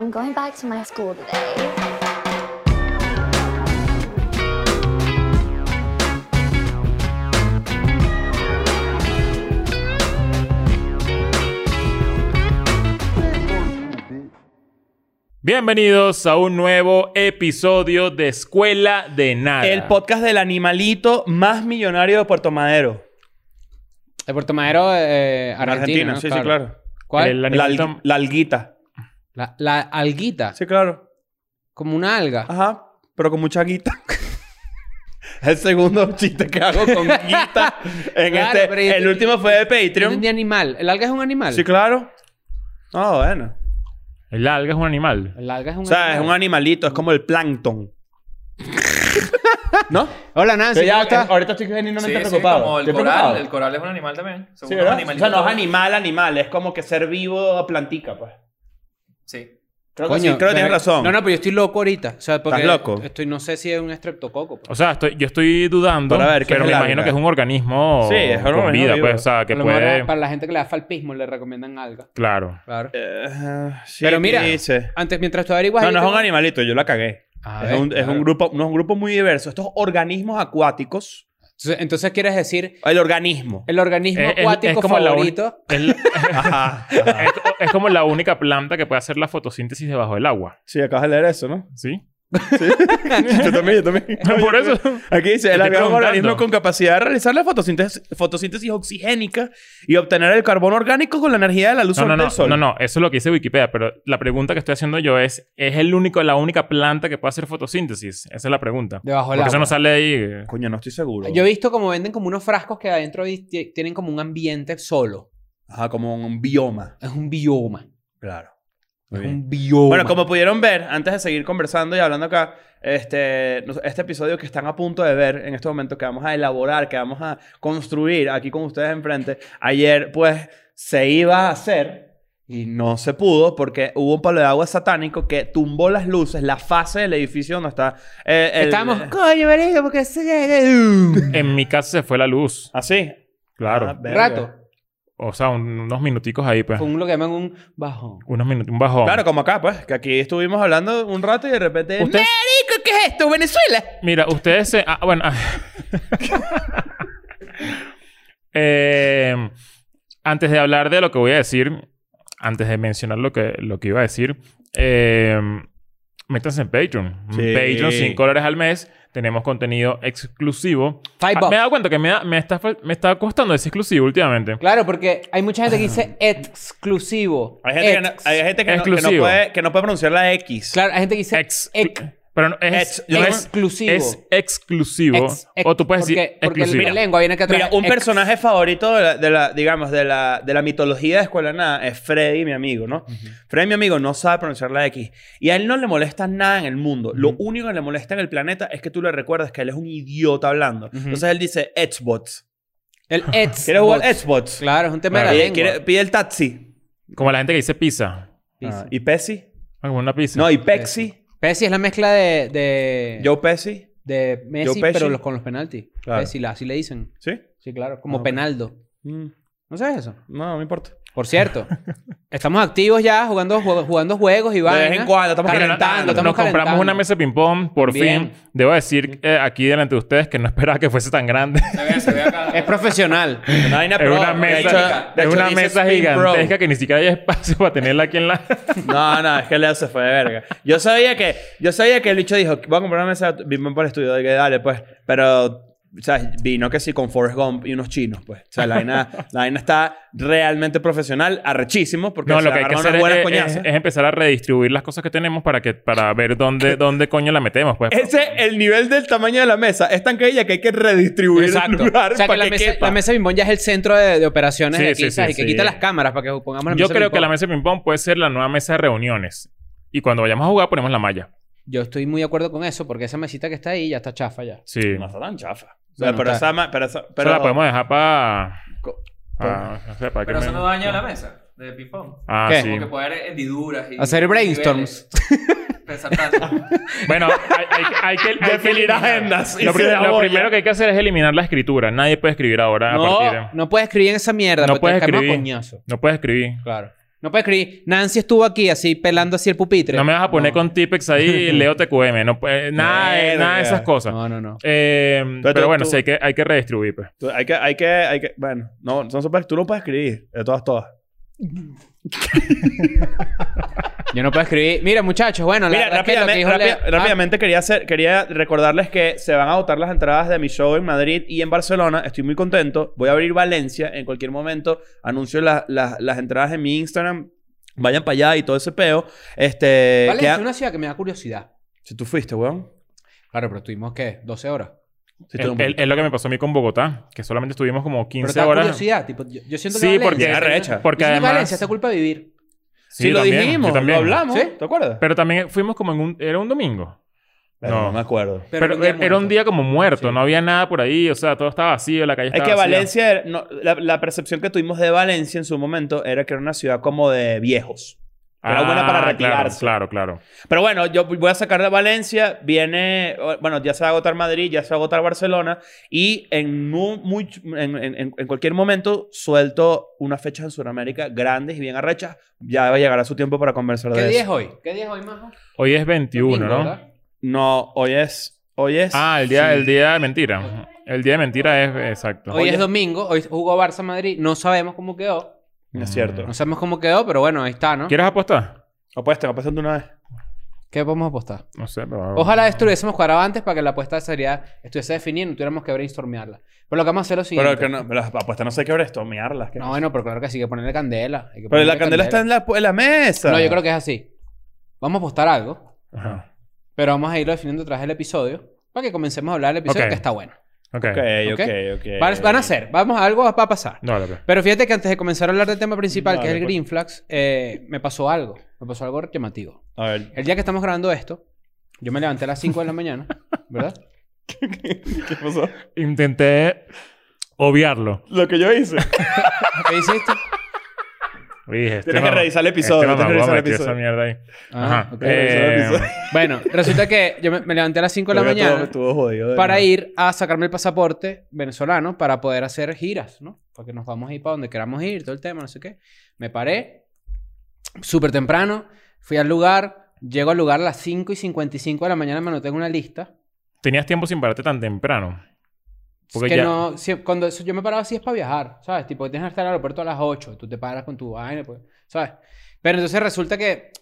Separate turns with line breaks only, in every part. I'm going back to my school today.
Bienvenidos a un nuevo episodio de Escuela de Nada.
El podcast del animalito más millonario de Puerto Madero.
El Puerto Madero
En
eh,
Argentina,
Argentina, ¿no?
sí, sí, claro.
¿Cuál?
El-
La,
animalito-
algu- la alguita.
La, la alguita.
Sí, claro.
Como una alga.
Ajá. Pero con mucha guita. el segundo chiste que hago con guita. en
Claro,
este-
pero yo
el
te-
último fue de
Es
Patreon.
un animal. ¿El alga es un animal?
Sí, claro. Ah, bueno.
El alga es un animal.
El alga es un
O sea, es
animal.
un animalito. Es como el plancton. ¿no?
Hola, Nancy. ¿Cómo estás?
Ahorita estoy genuinamente
Sí, sí,
preocupado.
como el
Estoy
coral.
preocupado.
El coral es un animal también. Son
Sí,
unos
¿verdad? O sea,
animalitos.
no es animal, animal. Es como que ser vivo plantica, pues.
Sí.
Creo que sí, creo que tienes
pero-
razón.
No, no, pero yo estoy loco ahorita. O sea, porque
¿Estás loco?
Estoy, no sé si es un estreptococo. pues.
O sea, estoy, yo estoy dudando,
Pero a ver, ¿qué
pero
es
me
el
imagino
alga?
que es un organismo
Sí, es un
con
organismo
vida,
vivo.
pues, o sea, que
A lo mejor
puede...
Para la gente que le da falpismo le recomiendan alga.
Claro.
Claro.
Eh, sí,
Pero mira,
dice.
Antes, mientras tú averiguas...
No,
yo
no es
tengo-
un animalito, yo la cagué.
A
Es
ver,
un, es
claro.
un grupo, no, es un grupo muy diverso. Estos organismos acuáticos.
Entonces, entonces quieres decir...
El organismo.
El organismo
Eh, Es- es-
acuático
es como la
favorito...
Es, la-
Ajá.
Ah,
ajá.
es- es como la única planta que puede hacer la fotosíntesis debajo del agua,
Sí, acabas de leer eso, ¿no?
¿sí?
yo también, yo también.
Por eso...
Aquí dice,
Te
el
estoy
organismo
preguntando.
organismo con capacidad de realizar la fotosíntesis, fotosíntesis oxigénica y obtener el carbono orgánico con la energía de la luz
No, no,
del
no,
sol.
no, no, eso es lo que dice Wikipedia, pero la pregunta que estoy haciendo yo es, ¿es el único, la única planta que puede hacer fotosíntesis? Esa es la pregunta.
Debajo del
Porque eso
agua.
no sale ahí. eh.
Coño, no estoy seguro.
Yo he visto como venden como unos frascos que adentro di- ti- tienen como un ambiente solo.
Ajá, como un bioma.
Es un bioma.
Claro.
Es
Muy bien.
un bioma.
Bueno, como pudieron ver, antes de seguir conversando y hablando acá, este, nos- este episodio que están a punto de ver en este momento, que vamos a elaborar, que vamos a construir aquí con ustedes enfrente, ayer pues se iba a hacer y no se pudo porque hubo un palo de agua satánico que tumbó las luces, la fase del edificio donde está... eh, el-
Estábamos, coño, marico, porque se...
En mi casa se fue la luz,
¿Así?
claro.
Ah, verga.
Rato.
O sea, un- unos minuticos ahí, pues.
Fue un, lo que llaman un bajón.
Unos minutos, un bajón.
Claro, como acá, pues, que aquí estuvimos hablando un rato y de repente...
Ustedes-
"Marico, ¿Qué es esto? ¿Venezuela?
Mira, ustedes se... ah, bueno... ah. Eh, antes de hablar de lo que voy a decir, antes de mencionar lo que, lo que iba a decir, eh, métanse en Patreon.
Sí.
Patreon, 5 dólares al mes. Tenemos contenido exclusivo.
Five
Ah,
bucks.
me he dado cuenta que me, da- me está, me está costando ese exclusivo últimamente.
Claro, porque hay mucha gente que dice exclusivo.
Hay gente, que no,
Ex.
hay gente que, no, que no
Exclusivo.
puede, que no puede pronunciar la X.
Claro, hay gente que dice
Ex-
ec-
pero no, es,
Ex- yo
no
no-
es-
exclusivo.
Es exclusivo.
ex- ex-
o tú puedes
porque,
decir
Porque
exclusivo.
la lengua viene acá atrás.
Mira, un
Ex.
personaje favorito de la, de la- digamos, de la, de la mitología de Escuela de Nada es Freddy, mi amigo, ¿no? Freddy, mi amigo, no sabe pronunciar la X. Y a él no le molesta nada en el mundo. Lo único que le molesta en el planeta es que tú le recuerdas que él es un idiota hablando. Entonces él dice Xbox.
El ex.
¿Quieres jugar
bots.
Xbox?
Claro, es un tema
Claro.
de la
Pide,
lengua.
quiere- pide el taxi.
Como la gente que dice pizza.
Pizza.
Ah, ¿Y Pepsi?
Ah, Como una pizza.
No, ¿y Pepsi?
Pesci es la mezcla de... de...
¿Yo Pepsi?
De Messi,
Joe Pesci.
pero los, con los penaltis.
Claro.
Pesci, la- así le dicen.
¿Sí?
Sí, claro. Como
Ah, ok.
penaldo.
Mm,
¿No sabes eso?
No, no importa.
Por cierto, estamos activos ya jugando, juego- jugando juegos y vainas.
de vez en cuando estamos
Calentando,
calentando.
estamos
Nos compramos
calentando.
una mesa de ping-pong, por
Bien.
fin. Debo decir eh, aquí delante de ustedes que no esperaba que fuese tan grande.
Se ve, se ve acá.
Es profesional.
Una vaina
es
pro.
una
De
mesa,
hecho- de
es
hecho
una
dice
mesa
Spin Pro.
gigantesca que ni siquiera hay espacio para tenerla aquí en la.
No, no, es que Leo se fue de verga. Yo sabía que, yo sabía que el bicho dijo, voy a comprar una mesa bien por el estudio, de que dale, pues. Pero, ¿sabes? Vino que sí con Forrest Gump y unos chinos, pues. O sea, la vaina, la vaina está realmente profesional, arrechísimo, porque
No,
se
lo que hay que
agarraron
hacer
unas
es,
buenas
es-
coñazas.
es empezar a redistribuir las cosas que tenemos para que para ver dónde, dónde coño la metemos. Pues.
Ese, el nivel del tamaño de la mesa es tan caída que hay que redistribuir el
Exacto.
lugar
o sea, que
para
la
que,
mesa,
quepa.
la mesa Bimbón ya es el centro de, de operaciones
Sí,
de
sí,
aquí,
sí,
¿sabes? Y que
sí.
quita las cámaras para que pongamos la mesa
Yo creo que la
Bimbón.
mesa de ping-pong puede ser la nueva mesa de reuniones. Y cuando vayamos a jugar, ponemos la malla.
Yo estoy muy de acuerdo con eso porque esa mesita que está ahí ya está chafa ya.
Sí.
No está tan chafa. O sea,
Bueno,
pero,
está.
esa, ma- pero esa-
Pero
pero-
la podemos dejar para.
Co-
Ah, no sé, para
Pero
que
eso
me-
no daña la mesa de ping-pong.
Ah,
¿Qué?
sí.
Como que puede haber hendiduras y.
Hacer brainstorms.
niveles. Pensar tanto.
Bueno, hay, hay- hay que. hay que
Definir
eliminar.
agendas y
Lo,
se
pri- lo
abolla.
primero que hay que hacer es eliminar la escritura. Nadie puede escribir ahora a partir de.
No, no puedes escribir en esa mierda.
No
porque
puedes
te caemos a
escribir.
coñazo.
No puedes escribir.
Claro. No puedes creer. Nancy estuvo aquí así pelando así el pupitre.
No me vas a poner con Tipex ahí y Leo TQM. No, puede- nada, de- nada de esas
Verga.
cosas.
No, no, no.
Eh, pero
Pero tú-
bueno,
tú-
sí, hay que, hay que redistribuir. pues.
Tú- hay, que, hay, que, hay que... Bueno, no, no se puede- tú no puedes escribir. De todas, todas.
Yo no puedo escribir. Mira, muchachos, bueno,
Mira,
la verdad es que lo que
rápidamente,
dijo
rápida-
Leo- Ah,
rápidamente quería, hacer- quería recordarles que se van a agotar las entradas de mi show en Madrid y en Barcelona. Estoy muy contento. Voy a abrir Valencia en cualquier momento. Anuncio la- la- las entradas en mi Instagram. Vayan para allá y todo ese peo. Este,
Valencia es
queda-
una ciudad Eh, que me da curiosidad.
Si tú fuiste, weón.
Claro, pero tuvimos, ¿qué? 12 horas.
Si
Es,
tú no-
es- es lo que me pasó a mí con Bogotá, que solamente estuvimos como
Pero
15
te da
horas.
curiosidad. Tipo, yo, yo siento
Sí,
que Valencia-
porque,
Qué arrecha.
porque
Yo siento que
además.
Valencia está culpa de vivir.
Sí,
Sí, lo
también,
dijimos,
yo
lo
también.
Lo hablamos,
¿Sí?
¿te acuerdas?
Pero también fuimos como en un. Era un domingo.
Pero
no.
no. me acuerdo.
Pero,
un día
era un
muerto.
día como muerto,
Sí.
no había nada por ahí, o sea, todo estaba vacío, la calle
Es
estaba
que
vacía.
Valencia, era- no, la, la percepción que tuvimos de Valencia en su momento era que era una ciudad como de viejos. Era buena para
Ah, claro,
retirarse.
Claro, claro.
Pero bueno, yo voy a sacar de Valencia. Viene, bueno, ya se va a agotar Madrid, ya se va a agotar Barcelona. Y en, mu- muy- en, en- en cualquier momento suelto unas fechas en Sudamérica grandes y bien arrechas. Ya va a llegar a su tiempo para conversar
¿Qué
de
día es
eso.
hoy? ¿Qué día es hoy, Majo?
Hoy es 21,
Domingo,
¿no?
¿verdad?
No, hoy es. Hoy es.
Ah, el día,
sí.
el día de mentira. El día de mentira es exacto.
Hoy
Oye.
es domingo. Hoy jugó Barça-Madrid. No sabemos cómo quedó.
No es cierto.
No sabemos cómo quedó, pero bueno, ahí está, ¿no?
¿Quieres apostar?
Apuesta, apuesta tú una vez.
¿Qué podemos apostar?
No sé, pero...
Ojalá estuviésemos cuadrado antes para que la apuesta sería estuviese definida y no tuviéramos que brainstormearla. Pero lo que vamos a hacer es lo siguiente.
Pero que no, las apuestas no sé qué hora es, tomearlas. ¿qué?
No, bueno, pero claro que sí, hay que ponerle candela. hay que
Pero
ponerle
la candela está en la, en la mesa.
No, yo creo que es así. Vamos a apostar algo,
Ajá.
pero vamos a irlo definiendo tras el episodio para que comencemos a hablar del episodio
Ok.
que está bueno.
Ok.
Ok, ok, ok.
Van, van a ser, vamos, algo va a pasar.
Dale, pues.
Pero fíjate que antes de comenzar a hablar del tema principal, que es
Dale,
el
pues.
Green Flags, eh, me pasó algo. Me pasó algo llamativo.
A ver.
El día que estamos grabando esto, yo me levanté a las 5 de la mañana, ¿verdad?
¿Qué pasó?
Intenté obviarlo.
Lo que yo hice.
¿Qué hiciste?
Dije,
Tienes que revisar el episodio,
Este
tienes que
mamá,
revisar el
metió
episodio.
esa mierda ahí.
Ah,
Ajá.
ok.
Eh,
Revisar el
Bueno, resulta que yo me, me levanté a las 5 de la
Creo que
mañana.
estuvo- estuvo jodido, de
para
verdad.
ir a sacarme el pasaporte venezolano para poder hacer giras, ¿no? Porque nos vamos a ir para donde queramos ir, todo el tema, no sé qué. Me paré súper temprano, fui al lugar, llego al lugar a las 5 y 55 de la mañana, me anoté en una lista.
Tenías tiempo sin pararte tan temprano. Porque
que
ya-
no, si- cuando eso- yo me paraba así es para viajar, ¿sabes? Tipo, tienes que estar al aeropuerto a las 8, tú te paras con tu vaina, pues, ¿sabes? Pero entonces resulta que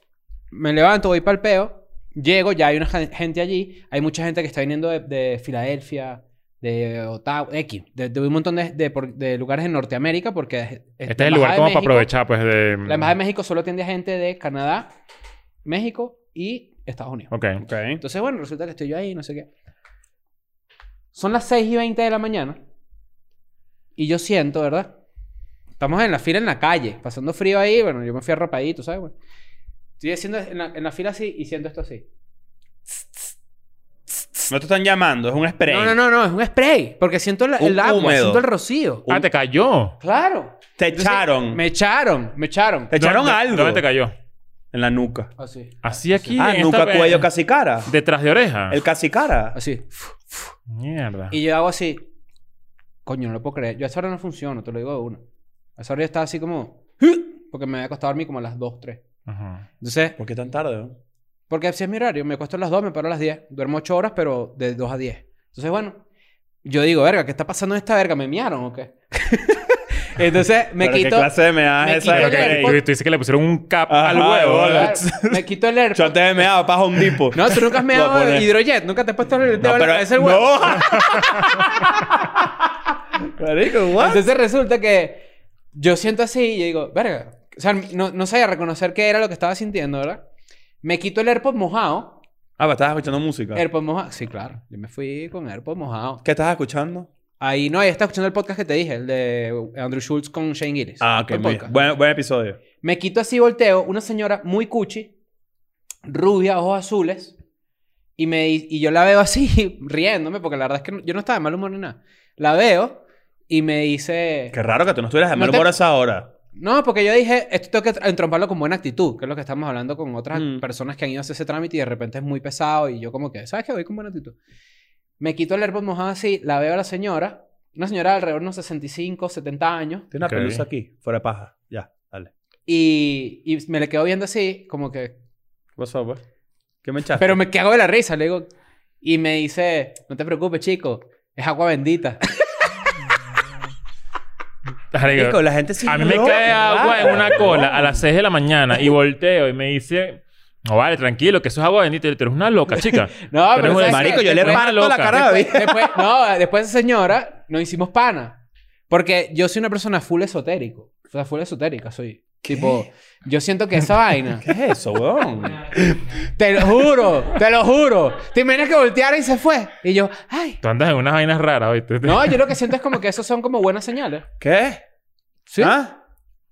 me levanto, voy para el peo, llego, ya hay una gen- gente allí, hay mucha gente que está viniendo de, de Filadelfia, de Ottawa, X, de, de un montón de, de por- de lugares en Norteamérica, porque es- es-
Este
la
es el lugar
Embajada de
como para
México-
aprovechar, pues, de...
La Embajada de México solo atiende a gente de Canadá, México y Estados Unidos.
Ok.
Ok.
Entonces, bueno, resulta que estoy yo ahí, no sé qué. Son las 6 y 20 de la mañana. Y yo siento, ¿verdad? Estamos en la fila en la calle, pasando frío ahí. Bueno, yo me fui arropadito, ¿sabes? Bueno, estoy haciendo en la, en la fila así y siento esto así.
No te están llamando, es un spray.
No, no, no, no, es un spray. Porque siento la-
Un
el agua,
húmedo.
siento el rocío.
Ah, te cayó.
Claro.
Te
Entonces,
echaron.
Me echaron, me echaron.
Te echaron
¿Dónde-
algo.
¿Dónde te cayó?
En la nuca.
Así,
Así aquí.
Ah,
en
nuca,
esta-
cuello,
eh,
casi cara.
Detrás de oreja.
El casi cara.
así.
Mierda.
Y yo hago así. Coño, no lo puedo creer. Yo a esa hora no funciono, te lo digo de una. A esa hora yo estaba así como... "Ugh", Porque me había acostado a dormir como a las 2, 3.
Ajá.
Entonces,
¿Por qué tan tarde? no?
porque así es mi horario. Me acuesto a las 2, me paro a las 10. Duermo 8 horas, pero de 2 a 10. Entonces, bueno. Yo digo, verga, ¿qué está pasando en esta verga? ¿Me miaron o qué? Entonces, me
Pero ¿Qué
quito...
clase de mea
me
es esa?
quito
Pero
el
que-
Ey,
AirPod.
tú, tú dices que le pusieron un cap
Ajá,
al huevo.
de bola.
Claro, Ah, me quito el
Yo
AirPod.
antes de mear, paja un tipo.
No, tú nunca has
Voy a
meado
poner-
hidrojet. Nunca te has puesto el...
No, pero-
es el huevo.
No. Marico, what?
Entonces resulta que yo siento así y yo digo, verga. O sea, no, no sabía reconocer qué era lo que estaba sintiendo, ¿verdad? Me quito el AirPod mojado.
Ah, pero estabas escuchando música.
AirPod mojado. Sí, claro. Yo me fui con AirPod mojado.
¿Qué estabas escuchando?
Ahí no, ahí está escuchando el podcast que te dije, el de Andrew Schultz con Shane Gillis.
Ah, ok.
El
muy bien.
podcast.
Buen, buen episodio.
Me quito así, volteo, una señora muy cuchi, rubia, ojos azules, y, me, di- y yo la veo así, riéndome, porque la verdad es que no- yo no estaba de mal humor ni nada. La veo y me dice...
Qué raro que tú no estuvieras de
No
mal
te-
humor a esa hora.
No, porque yo dije, esto tengo que tr- entromparlo con buena actitud, que es lo que estamos hablando con otras
Mm.
personas que han ido a hacer ese trámite y de repente es muy pesado y yo como que, ¿sabes qué? Voy con buena actitud. Me quito el herbo mojado así, la veo a la señora, una señora de alrededor de unos 65, 70 años,
Tiene una
Ok.
pelusa aquí, fuera de paja. Ya, dale.
Y, y me le quedo viendo así, como que...
¿Qué pasó, pues? ¿Qué me echaste?
Pero me cago de la risa, le digo... Y me dice, no te preocupes, chico. Es agua bendita.
Marico,
Marico, la gente sí
a mí me
loca.
cae agua en una cola a las 6 de la mañana y volteo y me dice... No vale, tranquilo, que eso es agua bendita. Y le digo, Tú eres una loca, chica.
No,
eres
pero ¿sabes
una-
qué?
Marico, yo le
Eres una
parto la
loca.
cara a David.
Después, no, después de esa señora nos hicimos pana. Porque yo soy una persona full esotérico. O sea, full esotérica soy. Tipo, yo siento que esa vaina.
¿Qué es eso, weón?
Te lo juro, te lo juro. Te imaginas que volteara y se fue. Y yo, ay.
Tú andas en unas vainas raras, ¿viste?
No, yo lo que siento es como que esos son como buenas señales.
¿Qué?
Sí.
¿Ah?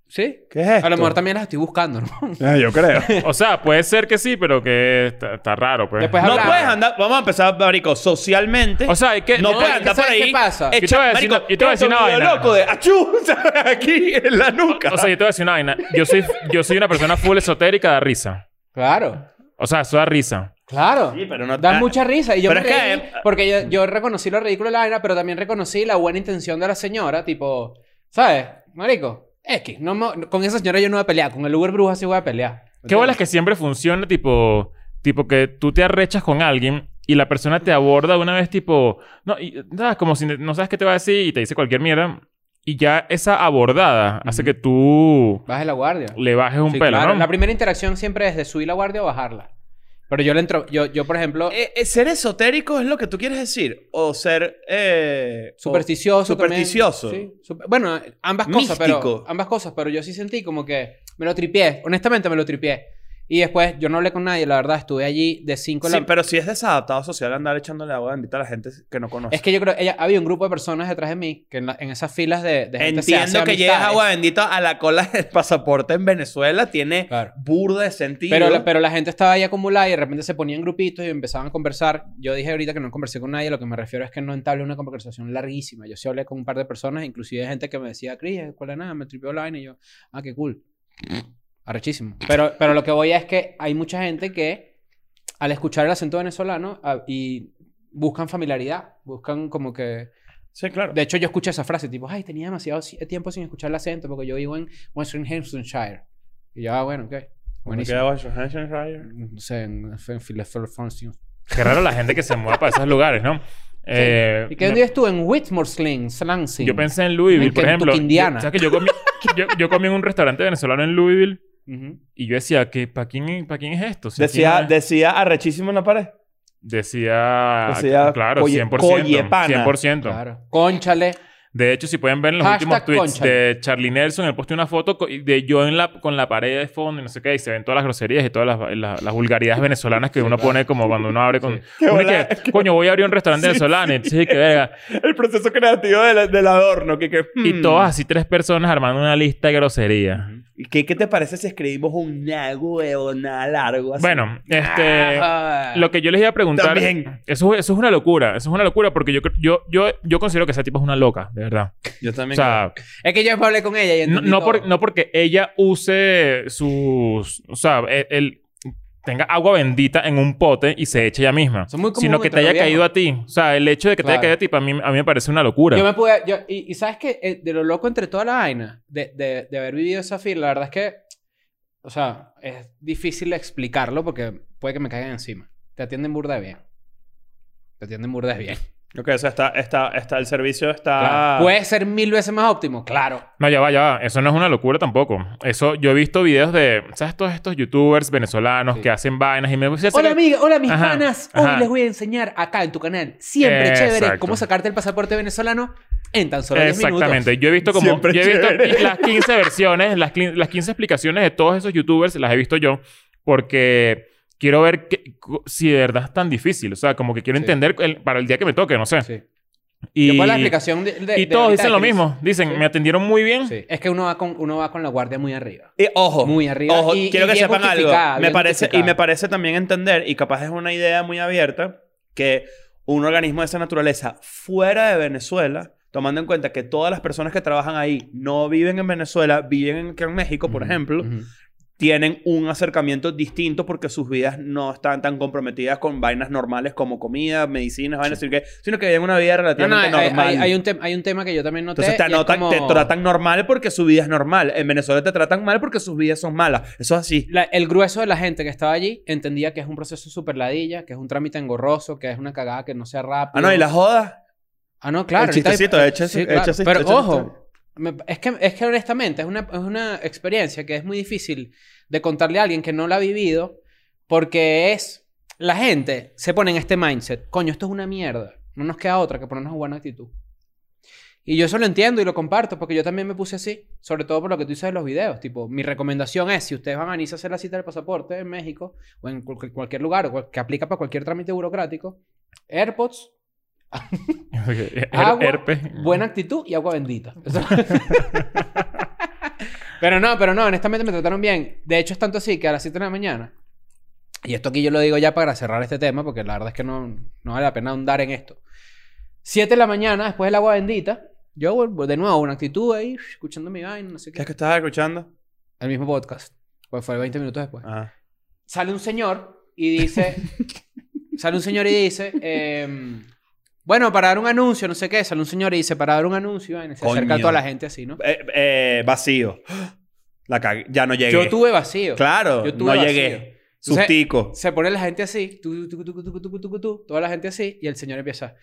Sí.
¿Qué es esto?
A lo mejor también las estoy buscando, ¿no?
Ah, yo creo.
O sea, puede ser que sí, pero que está, está raro, pues.
Después
No
Hablamos.
puedes andar... Vamos a empezar, marico, socialmente.
O sea, hay que...
no,
no,
puedes
es que
andar por
¿sabes
ahí... Eh.
qué pasa?
Yo te voy a decir una- yo te voy a decir una
video
vaina.
loco de achú, aquí en la nuca.
O sea, yo te voy a decir una vaina. Yo soy, yo soy una persona full esotérica, da risa.
Claro.
O sea, eso da risa.
Claro.
Sí, pero no-
Dan
ah,
mucha risa. Y yo
pero
me
es que- ah,
reí porque yo, yo reconocí lo ridículo de la vaina, pero también reconocí la buena intención de la señora. Tipo, ¿sabes? Marico, X. No, mo- con esa señora yo no voy a pelear. Con el Uber Bruja sí voy a pelear.
¿Qué bolas que siempre funciona, tipo... Tipo que tú te arrechas con alguien y la persona te aborda de una vez, tipo... No, y, nada, como si no sabes qué te va a decir y te dice cualquier mierda. Y ya esa abordada hace que tú
Baje la guardia.
le bajes un
Sí,
pelo,
claro.
¿no?
La primera interacción siempre es de subir la guardia o bajarla. Pero yo le entro... Yo, yo por ejemplo...
Eh, eh, ¿Ser esotérico es lo que tú quieres decir? ¿O ser... Eh, o-
Supersticioso.
Supersticioso.
también. Sí. Sup- Bueno, ambas cosas,
Místico.
pero. Ambas cosas, pero yo sí sentí como que me lo tripié. Honestamente me lo tripié. Y después yo no hablé con nadie, la verdad, estuve allí de 5
Sí, pero si es desadaptado social andar echándole agua bendita a la gente que no conoce.
Es que yo creo, ella, había un grupo de personas detrás de mí, que en, la- en esas filas de, de gente se hace
Entiendo que llegas
amistades.
agua bendita a la cola del pasaporte en Venezuela, tiene
Claro.
burda de sentido.
Pero la, pero la gente estaba ahí acumulada y de repente se ponían grupitos y empezaban a conversar. Yo dije ahorita que no conversé con nadie, lo que me refiero es que no entablé una conversación larguísima. Yo sí hablé con un par de personas, inclusive gente que me decía, Cris, ¿cuál es nada? Me tripió la vaina", y yo, ah, qué cool. Arrechísimo. Pero, pero lo que voy a es que hay mucha gente que al escuchar el acento venezolano a- y buscan familiaridad, buscan como que...
Sí, claro.
De hecho, yo escuché esa frase, tipo, ay, tenía demasiado si- tiempo sin escuchar el acento porque yo vivo en Westminster Y yo, ah, bueno, ok. Buenísimo. No sé, en, en Philosopher Function.
Qué raro la gente que se mueve para esos lugares, ¿no? Eh,
¿Y qué
me-
dónde estuvo? En Whitmore Sling, Slansing.
Yo pensé en Louisville,
En
por
Kentucky,
ejemplo. Yo-
Indiana.
¿Sabes que yo comí, yo, yo comí en un restaurante venezolano en Louisville
Ujú.
y yo decía, que ¿para quién, pa' quién es esto? Si
Decía,
aquí no es-
decía arrechísimo en la pared.
decía,
decía
claro,
coye-
100%.
collepana.
100%.
Claro. Conchale.
De hecho, si pueden ver en los
Hashtag
últimos tweets
cónchale.
de Charlie Nelson, él posteó una foto co- de yo en la, con la pared de fondo y no sé qué, y se ven todas las groserías y todas las, las- las vulgaridades venezolanas que uno pone como cuando uno abre con... Uno y
bola-
que, coño, voy a abrir un restaurante venezolano. Y, sí, que verga.
El proceso creativo del, del adorno. Que, que,
Y
hmm.
Mm.
todas así tres personas armando una lista de groserías.
¿Y ¿Qué, ¿Qué te parece si escribimos un huevona largo así?
Bueno, este...
Ah.
Lo que yo les iba a preguntar.
También.
Eso, eso es una locura. Eso es una locura porque yo, creo- yo, yo, yo considero que esa tipo es una loca, de verdad.
Yo también.
O sea,
Es que yo después hablé con ella y
no,
entendí
no
todo.
por- no porque ella use sus. O sea, el. el- tenga agua bendita en un pote y se eche ella misma.
Eso es muy común
sino que te
entre
haya
los
caído a ti. O sea, el hecho de que te
Claro.
haya caído a ti, para mí, a mí me parece una locura.
Yo me pude... yo- y, y ¿sabes qué? Eh, De lo loco entre toda la vaina, de, de, de haber vivido esa fila, la verdad es que... O sea, es difícil explicarlo porque puede que me caigan encima. Te atienden burda de bien. Te atienden burda de bien.
Ok, o sea, está, está, está, el servicio está...
Ah.
Claro. Pues, ¿Puede ser mil veces más óptimo? Claro.
No, ya va, ya va. Eso no es una locura tampoco. Eso, yo he visto videos de, ¿sabes? Todos estos youtubers venezolanos
Sí.
que hacen vainas y me
Hola amiga, hola mis
Ajá,
panas. Hoy
ajá. Eh,
les voy a enseñar acá en tu canal, siempre chévere,
Exacto.
cómo sacarte el pasaporte venezolano en tan solo 10 minutos.
Exactamente. Yo he visto como...
Siempre
yo he visto
chévere.
las 15 versiones, las, clin- las 15 explicaciones de todos esos youtubers, las he visto yo, porque quiero ver qué- cu- si de verdad es tan difícil. O sea, como que quiero
Sí.
entender el- para el día que me toque, no sé.
Sí.
Y,
¿Qué fue la explicación de, de-
y
de
todos
ahorita
dicen
de
lo
Chris?
mismo. Dicen,
Sí.
me atendieron muy bien.
Sí. Es que uno va con uno va con la guardia muy arriba.
Y ojo,
Muy arriba
ojo,
y-
quiero
y
que
bien
sepan algo.
justificada,
Me
bien
parece, y
justificada.
me parece también entender, y capaz es una idea muy abierta, que un organismo de esa naturaleza fuera de Venezuela, tomando en cuenta que todas las personas que trabajan ahí no viven en Venezuela, viven en, que en México, por ejemplo,
Ujú.
tienen un acercamiento distinto porque sus vidas no están tan comprometidas con vainas normales como comida, medicinas, vainas, sino que, sino que viven una vida
No, no,
relativamente
hay, hay-
normal.
hay- hay un tem- hay un tema que yo también noté.
Entonces te,
y es
anotan-
como-
te tratan normal porque su vida es normal. En Venezuela te tratan mal porque sus vidas son malas. Eso es así.
la- el grueso de la gente que estaba allí entendía que es un proceso súper ladilla, que es un trámite engorroso, que es una cagada que no sea rápido.
Ah, no, y las jodas.
Ah, no, claro.
El
ahorita hay-
chistecito, este, echa ese- echa ese-
Pero
echa ese-
ojo,
este.
me- es, que, es que honestamente es una, es una experiencia que es muy difícil de contarle a alguien que no la ha vivido porque es... La gente se pone en este mindset. Coño, esto es una mierda. No nos queda otra que ponernos en buena actitud. Y yo eso lo entiendo y lo comparto porque yo también me puse así. Sobre todo por lo que tú dices de los videos. Tipo, mi recomendación es, si ustedes van a Nice a hacer la cita del pasaporte en México o en cual- cualquier lugar o cual- que aplica para cualquier trámite burocrático, AirPods,
Her-
Agua,
Er-, herpes.
buena actitud y agua bendita. Eso- pero no, pero no, honestamente me trataron bien. De hecho, es tanto así que a las 7 de la mañana, y esto aquí yo lo digo ya para cerrar este tema, porque la verdad es que no, no vale la pena ahondar en esto. 7 de la mañana, después del agua bendita, yo vuelvo de nuevo, una actitud ahí, escuchando mi vaina, no sé
¿Qué
qué.
es que estabas escuchando?
El mismo podcast, pues fue 20 minutos después
Ah.
sale un señor y dice, sale un señor y dice, em, bueno, para dar un anuncio, no sé qué, sale un señor y dice, para dar un anuncio, y se acerca
Coño.
a toda la gente así, ¿no?
Eh, eh, vacío. La cagué. Ya no llegué.
Yo tuve vacío.
Claro,
yo tuve
no
vacío.
llegué.
Entonces,
Sustico.
Se pone la gente así, tu, tu, tu, tu, tu, tu, tu, tu, tu, toda la gente así, y el señor empieza.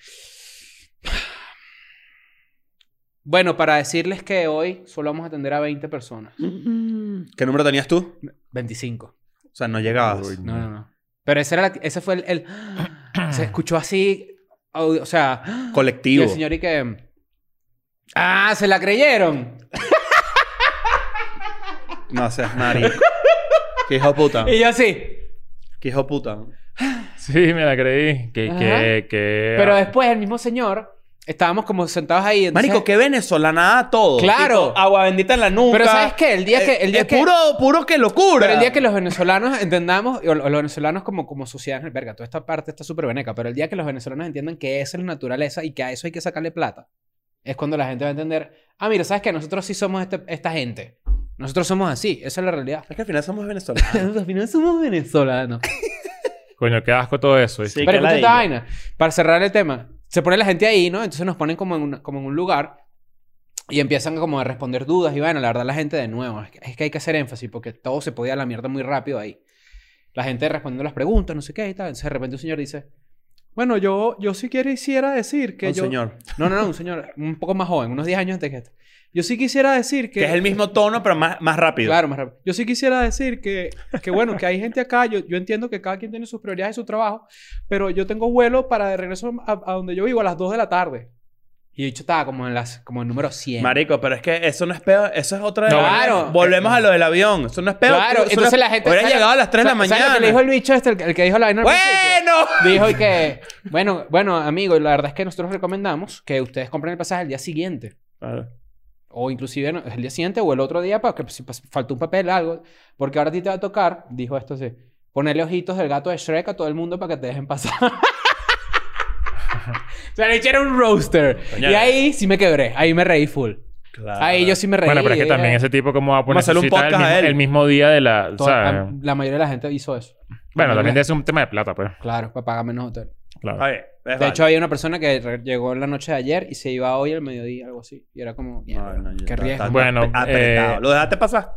Bueno, para decirles que hoy solo vamos a atender a 20 personas.
¿Qué número tenías tú?
25.
O sea, no llegabas.
Uy,
No, no, no. Pero ese, era la- ese fue el, el- Se escuchó así. au- O sea. Y
Colectivo.
el señor y que... Ah, se la creyeron.
No seas marico. Qué hijo de puta.
Y yo así.
Qué hijo de puta.
Sí, me la creí. Que,
Ajá.
que, que... ah,
Pero después el mismo señor, estábamos como sentados ahí. entonces-
Marico, qué venezolana ah, todo.
Claro.
Tipo, agua bendita en la nuca.
Pero ¿sabes qué? El día que- el día
Eh, es
que-
Puro, puro que locura.
Pero el día que los venezolanos entendamos, o los venezolanos como, como sociedad, verga, toda esta parte está súper veneca, pero el día que los venezolanos entiendan que esa es la naturaleza y que a eso hay que sacarle plata, es cuando la gente va a entender, ah, mira, ¿sabes qué? Nosotros sí somos este- esta gente. Nosotros somos así. Esa es la realidad.
Es que al final somos venezolanos.
Al final somos venezolanos.
Coño, qué asco todo eso. ¿viste?
Pues Sí.
Pero
que
escucha
ladilla.
esta vaina. Para cerrar el tema, se pone la gente ahí, ¿no? Entonces nos ponen como en, una- como en un lugar y empiezan como a responder dudas. Y bueno, la verdad, la gente de nuevo, es que, es que hay que hacer énfasis porque todo se podía a la mierda muy rápido ahí. La gente respondiendo las preguntas, no sé qué y tal. Entonces de repente un señor dice: Bueno, yo, yo si quiera quisiera decir que
Un
yo.
señor.
No, no, no, un señor un poco más joven, unos 10 años antes que este. Yo sí quisiera decir que.
Que es el mismo tono, pero más, más rápido.
Claro, más rápido. Yo sí quisiera decir que, que bueno, que hay gente acá, yo, yo entiendo que cada quien tiene sus prioridades y su trabajo, pero yo tengo vuelo para de regreso a, a donde yo vivo a las 2 de la tarde. Y dicho estaba como en las como en número 100.
Marico, pero es que eso no es pedo. Eso es otra de
No,
la-
claro.
Volvemos a lo del avión. Eso no es pedo.
claro,
Eso no es-
entonces la gente
Hubiera
¿sabes-
llegado a las 3 de la
¿sabes- sabes lo
mañana.
que le dijo el bicho este, el, que- el que dijo la vaina al principio?
¡Bueno!
Dijo y que bueno, bueno, amigo, la verdad es que nosotros recomendamos que ustedes compren el pasaje el día siguiente. O inclusive no, el día siguiente o el otro día para que si pas- faltó un papel, algo. Porque ahora a ti te va a tocar, dijo esto así, ponerle ojitos del gato de Shrek a todo el mundo para que te dejen pasar. o sea, le hicieron un roaster.
Coño.
eh.
Y ahí sí me quebré. Ahí me reí full.
Claro.
Ahí yo sí me reí.
Ah, Bueno, pero es que
eh,
también ese tipo como va a poner
Vamos a hacer
su
un
cita el
podcast a
mismo,
él.
el mismo día de la...
to-
¿sabes?
am- la mayoría de la gente hizo eso.
Bueno,
también
también
la-
es un tema de plata, pues.
Claro, para pagar menos hotel.
Claro.
Está bien, es
De
válido.
hecho, había una persona que re- llegó en la noche de ayer y se iba hoy al mediodía, algo así. Y era como,
No, no,
qué
está-
riesgo.
está
Bueno,
apre- apretado.
eh,
¿Lo dejaste pasar?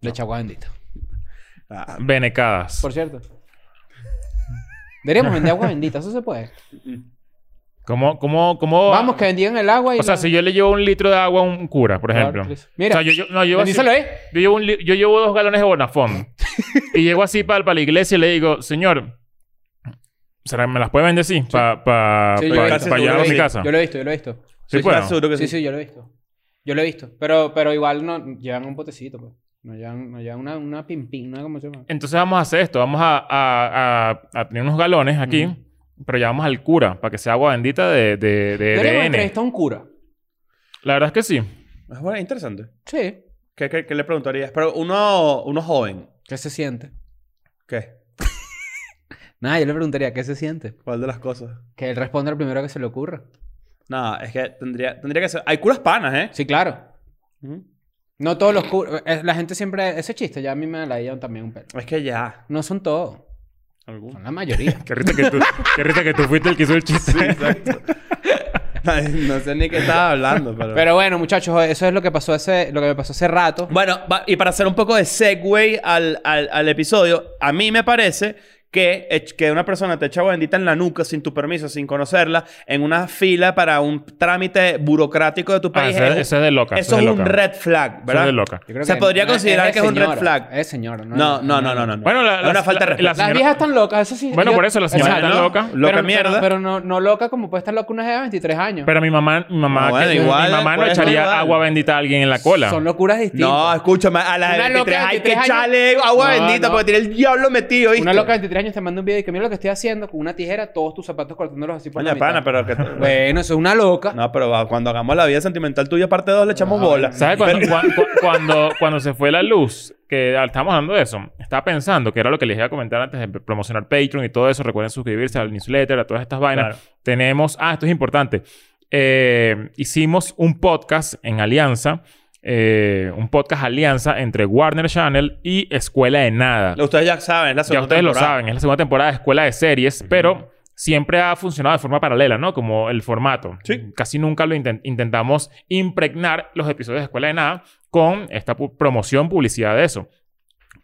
le eché agua bendita.
Ah,
Venecadas.
Por cierto. Deberíamos vender agua bendita, eso se puede.
¿Cómo, cómo, cómo...
Vamos, que bendigan el agua y.
Oh. O sea,
la-
si yo le llevo un litro de agua a un cura, por
Claro,
ejemplo.
Chris. Mira,
O sea, yo, yo- no, yo, así-
bendícelo, ¿eh?
yo llevo un li- yo llevo dos galones de Bonafont. y llego así para la iglesia y le digo, señor, ¿será que me las puede vender? Sí, para pa,
Sí,
pa-
yo-
pa-
casi
pa
seguro
llevar a
que
mi
sí.
casa.
Yo lo he visto, yo lo he visto.
Sí,
estoy
bueno.
seguro que
Sí,
sí.
sí, yo lo he visto. Yo lo he visto. Pero, pero igual no llevan un potecito, pues. No llevan, no llevan una, una pimpín, ¿no? ¿Cómo se llama?
Entonces vamos a hacer esto. Vamos a, a- a- a tener unos galones aquí.
Ujú.
Pero llevamos al cura para que sea agua bendita de, de, de
Deberíamos
EDN.
entrevistar a un cura.
La verdad es que sí.
Es bueno, interesante.
Sí.
¿Qué, qué, qué le preguntarías? Pero uno, uno joven.
¿Qué se siente?
¿Qué?
Nada, yo le preguntaría, ¿qué se siente?
¿Cuál de las cosas?
Que él responda lo primero que se le ocurra.
Nada, es que tendría, tendría que ser... Hay curas panas, ¿eh?
Sí, claro.
Ujú.
No todos los curas. La gente siempre. Ese chiste ya a mí me la dieron también un pelo.
Es que ya.
No son todos. Son la mayoría.
Qué risa que tú, qué risa que tú fuiste el que hizo el chiste.
no sé ni qué estaba hablando, pero...
Pero bueno, muchachos, eso es lo que pasó hace, lo que me pasó hace rato.
Bueno, va- y para hacer un poco de segue al, al- al episodio, a mí me parece que, ech- que una persona te echa bendita en la nuca sin tu permiso, sin conocerla, en una fila para un trámite burocrático de tu
Ah,
país.
eso, es-
es-
eso es de loca.
eso
de
es
loca.
un red flag,
Eso
¿verdad?
es de loca.
Yo creo
Se
que
podría
no-
considerar que es un red
señora,
flag.
Es señora, no.
No, no, no, no, no.
Bueno, la-
es una
la-
falta de
la-
respeto.
la-
Las
Señora-
viejas están locas, eso sí.
Bueno, por eso la señora
Exacto,
está
¿no?
loca.
Pero-
Loca
pero-
mierda.
Pero no, no loca como puede estar loca una jeva de 23 años.
Pero mi mamá, mi mamá,
No, Ah, bueno,
que-
igual,
mi mamá no
pues,
echaría
igual.
agua bendita a alguien en la cola.
Son locuras distintas.
No, escúchame, a las
Una loca de
23 hay que
23 años-
echarle agua
No,
bendita
no.
porque tiene el diablo metido, ¿viste?
Una loca de 23 años te manda un video y que mira lo que estoy haciendo con una tijera, todos tus zapatos cortándolos así por
Coño,
la
pana,
mitad.
pero que...
Bueno, eso es una loca.
No, pero va, cuando hagamos la vida sentimental tuya, parte 2, le echamos bola.
¿Sabes
Pero-
cuando, cuan- cu- cuando, cuando se fue la luz? Que ah, estábamos hablando de eso. Estaba pensando que era lo que les iba a comentar antes de promocionar Patreon y todo eso. Recuerden suscribirse al newsletter, a todas estas vainas.
Claro.
Tenemos. Ah, esto es importante. Eh, hicimos un podcast en alianza. eh, un podcast alianza entre Warner Channel y Escuela de Nada.
Ustedes ya saben, es la
Ah. Ya
segunda
ustedes lo
temporada.
saben, es la segunda temporada de Escuela de Series, pero siempre ha funcionado de forma paralela, ¿no? Como el formato.
Sí.
Casi nunca lo inten- intentamos impregnar los episodios de Escuela de Nada con esta pu- promoción, publicidad de eso.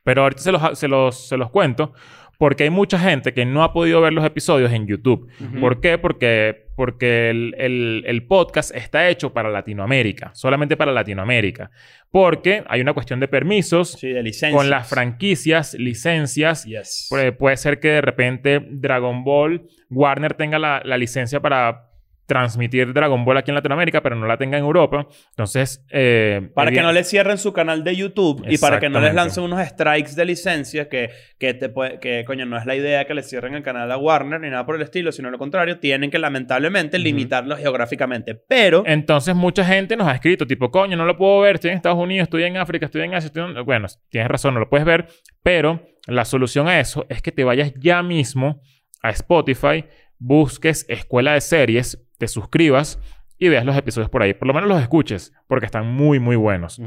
Pero ahorita se los, se, los, se los cuento porque hay mucha gente que no ha podido ver los episodios en YouTube. ¿Por qué? Porque, porque el, el- el podcast está hecho para Latinoamérica, solamente para Latinoamérica. Porque hay una cuestión de permisos
Sí, de licencia.
con las franquicias, licencias.
Yes.
Pu- puede ser que de repente Dragon Ball, Warner tenga la, la licencia para transmitir Dragon Ball aquí en Latinoamérica, pero no la tenga en Europa. Entonces, eh,
Para que
evi-
no le cierren su canal de YouTube y para que no les
Exactamente.
lancen unos strikes de licencia que, que, te puede- que, coño, no es la idea que le cierren el canal a Warner ni nada por el estilo, sino lo contrario, tienen que lamentablemente
Ujú.
limitarlo geográficamente. Pero,
Entonces, mucha gente nos ha escrito, tipo, coño, no lo puedo ver, estoy en Estados Unidos, estoy en África, estoy en Asia, estoy en-". Bueno, tienes razón, no lo puedes ver, pero la solución a eso es que te vayas ya mismo a Spotify, busques Escuela de Series, te suscribas y veas los episodios por ahí. Por lo menos los escuches, porque están muy, muy buenos.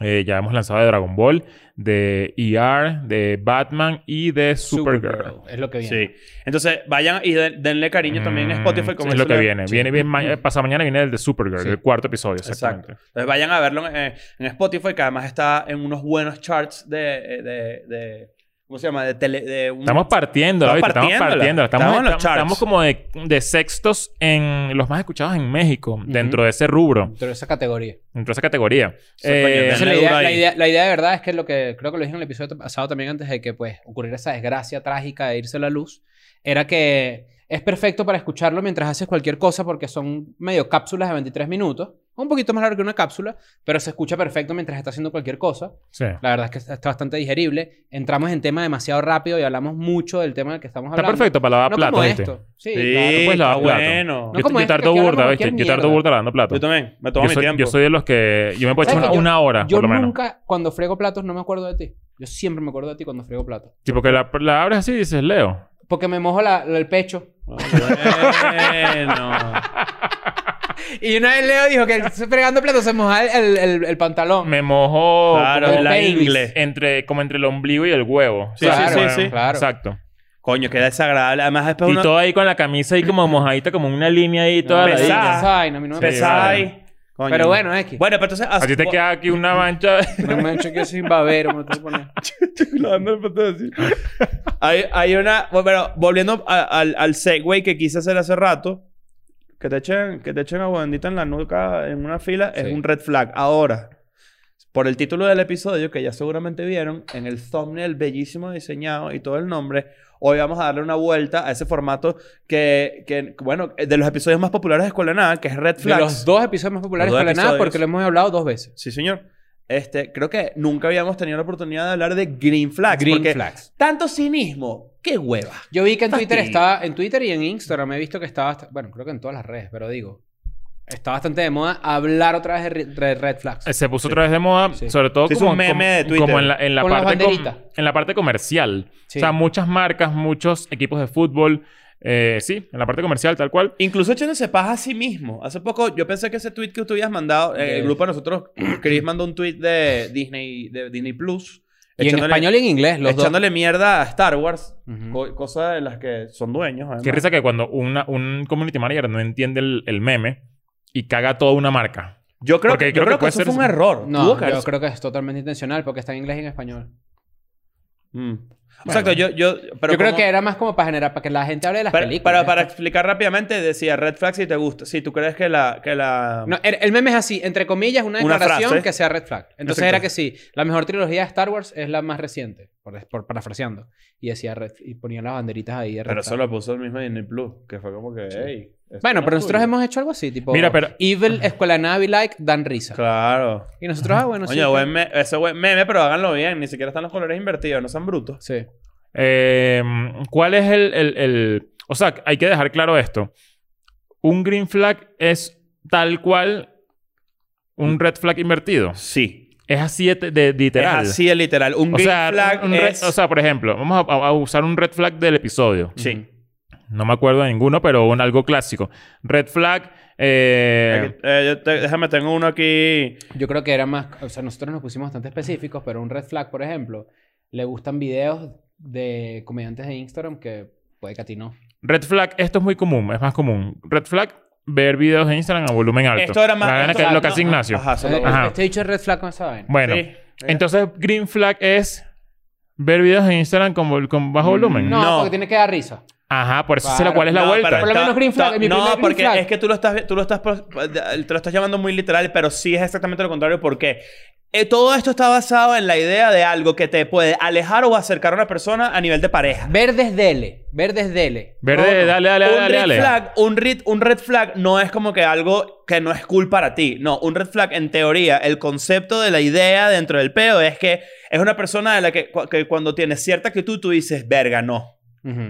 Eh, ya hemos lanzado de Dragon Ball, de ER, de Batman y de Supergirl.
Es lo que viene.
sí. Entonces, vayan y den- denle cariño también a
Mm,
Spotify.
es lo
eso
que
le- Mm.
viene. Viene bien ma- pasado mañana viene el de Supergirl,
Sí.
el cuarto episodio.
Exacto.
Exactamente.
Entonces vayan a verlo en, eh, en Spotify, que además está en unos buenos charts de. eh, de, de- ¿Cómo se llama? De tele. De un-
Estamos partiendo,
Estamos
¿viste? estamos
partiéndola.
partiendo. Estamos,
Estamos en los
estamos-
charts.
estamos como de, de sextos en los más escuchados en México, dentro de ese rubro,
Dentro de esa categoría.
dentro de esa categoría.
Sí, coño,
Eh,
denle
Esa es la,
duro
idea,
ahí.
la, idea, la idea de verdad es que lo que creo que lo dije en el episodio pasado también antes de que pues ocurriera esa desgracia trágica de irse la luz, era que es perfecto para escucharlo mientras haces cualquier cosa porque son medio cápsulas de 23 minutos, un poquito más largo que una cápsula, pero se escucha perfecto mientras está haciendo cualquier cosa.
sí. Está
La verdad es que está bastante digerible. Entramos en tema demasiado rápido y hablamos mucho del tema del que estamos hablando.
perfecto este. para lavar
No
platos,
como
¿viste?
esto. Sí,
Sí,
claro. pues,
puedes lavar
está
plato.
bueno.
No
yo,
como
yo
este,
tardo
que hablamos
burda,
cualquier
¿viste? Yo tardo
mierda.
burda lavando platos.
Yo también, me tomo
Yo
mi
soy,
tiempo.
yo soy de los que... Yo me puedo echar
¿Sabes
Pues, una,
que yo-
una hora,
Yo
por lo menos.
nunca, cuando frego platos, no me acuerdo de ti. Yo siempre me acuerdo de ti cuando frego platos.
Tipo que la, la abres así y dices, Leo.
Porque me mojo la- la- el pecho.
Bueno.
Y una vez Leo dijo que él se- fregando platos se moja el, el- el- el pantalón.
Me mojó
Claro,
Oh, como,
la
pelvis.
ingle.
entre, como entre el ombligo y el huevo.
Sí,
¿sabes?
sí, sí,
Bueno,
sí.
Claro.
Exacto.
Coño, queda desagradable. Además, después
Y
uno.
todo ahí con la camisa ahí como mojadita, como una línea ahí toda la...
Pesada.
ladilla.
Pesada, no, a mí no me
Pesada.
pesa.
Pesada
Sí,
ahí. Coño.
Pero bueno, X.
Bueno, pero entonces.
Así te queda aquí una mancha...
No me han hecho que soy babero, me lo tengo que poner.
hay, hay una. Bueno, pero volviendo a- al, al segue que quise hacer hace rato. Que te echen, que te echen agua bendita en la nuca en una fila es
Sí.
un red flag. Ahora, por el título del episodio, que ya seguramente vieron, en el thumbnail bellísimo diseñado y todo el nombre, hoy vamos a darle una vuelta a ese formato que, que bueno, de los episodios más populares de Escuela de Nada, que es Red
De
Flags.
los dos episodios más populares
Los dos
para nada
episodios.
porque lo hemos hablado dos veces.
Sí, señor. Este, creo que nunca habíamos tenido la oportunidad de hablar de Green Flags.
Green
porque
flags.
Tanto cinismo. ¡Qué hueva!
Yo vi que en Twitter
Fastidio.
estaba, en Twitter y en Instagram he visto que estaba, hasta- bueno, creo que en todas las redes, pero digo, está bastante de moda hablar otra vez de re- de red flags.
Eh, Se puso otra vez de moda,
Sí.
sobre todo
Se hizo
como,
un meme
como-
de Twitter.
como en, la, en la
Con las
parte com-
banderitas.
en la parte comercial.
Sí.
O sea, muchas marcas, muchos equipos de fútbol, Eh, sí, en la parte comercial, tal cual.
Incluso echándose paja a sí mismo. Hace poco yo pensé que ese tweet que tú habías mandado, eh, el
Yes.
grupo de nosotros, Chris mandó un tweet de Disney, de Disney Plus.
Y en
echándole-
español y en inglés, los dos.
echándole mierda a Star Wars,
Ujú.
co- cosa de las que son dueños. además.
Qué risa que cuando una, un community manager no entiende el, el meme y caga toda una marca.
Yo creo,
Porque
que, yo
creo que
creo que,
puede
eso
ser
fue un
eso.
error. Tuvo
No,
que
yo
haber-
creo que es totalmente intencional porque está en inglés y en español.
Mm. Exacto, yo, yo, pero
yo creo
como-
que era más como para generar, para que la gente hable de las
para,
películas.
para,
ya
para
está.
explicar rápidamente, decía Red Flag si te gusta, si tú crees que la... Que la...
No, el, el meme es así, entre comillas, una
Una
declaración
frase.
que sea red flag. Entonces
Exacto.
era que sí, la mejor trilogía de Star Wars es la más reciente, por, por- parafraseando. Y decía red, y ponían las banderitas ahí de red
pero
flag.
eso lo puso el mismo Disney Plus, que fue como que... "Ey, esto
Bueno,
no
pero
es
nosotros
tuyo".
hemos hecho algo así, tipo
Mira, pero-
Evil, Escuela de Nada y Like dan risa.
Claro.
Y nosotros, ah, bueno, sí.
Oye,
tal.
buen me- ese buen meme, pero háganlo bien. Ni siquiera están los colores invertidos, no sean brutos.
Sí.
Eh, ¿Cuál es el, el- el- O sea, hay que dejar claro esto. Un green flag es tal cual un red flag invertido.
Sí.
Es así de, de- literal.
Es así de literal. Un
o
green
sea,
flag
un- un red-
es...
o sea, por ejemplo, vamos a, a- a usar un red flag del episodio.
sí.
No me acuerdo de ninguno, pero un, algo clásico. Red flag... eh,
Aquí- eh, yo te- déjame, tengo uno aquí...
Yo creo que era más, o sea, nosotros nos pusimos bastante específicos, pero un red flag, por ejemplo, le gustan videos de comediantes de Instagram que puede que a ti no.
Red flag, esto es muy común, es más común. Red flag, ver videos de Instagram a volumen alto.
Esto era más...
La vaina
esto-
que-
ah,
lo que
no,
hace Ignacio.
Ajá, se lo voy a-
Ajá.
Este dicho es red flag con esa vaina.
Bueno,
Sí.
entonces green flag es ver videos en Instagram con, vol- con bajo volumen.
Mm, No,
No.
porque tiene que dar risa.
Ajá, por eso sé
Claro.
cuál es la
No,
vuelta.
pero
Por lo
está-
menos green flag,
está-
mi
no,
primer green
porque
flag.
es que tú lo estás, tú lo estás, pro- te lo estás llamando muy literal, pero sí es exactamente lo contrario. Porque eh, todo esto está basado en la idea de algo que te puede alejar o acercar a una persona a nivel de pareja.
Ver desde L. Ver desde L.
Verde, dale, dale,
un
dale, dale.
red
dale.
flag, un red, un red flag no es como que algo que no es cool para ti. No, un red flag en teoría, el concepto de la idea dentro del peo es que es una persona de la que, cu- que cuando tienes cierta actitud tú dices, verga, no.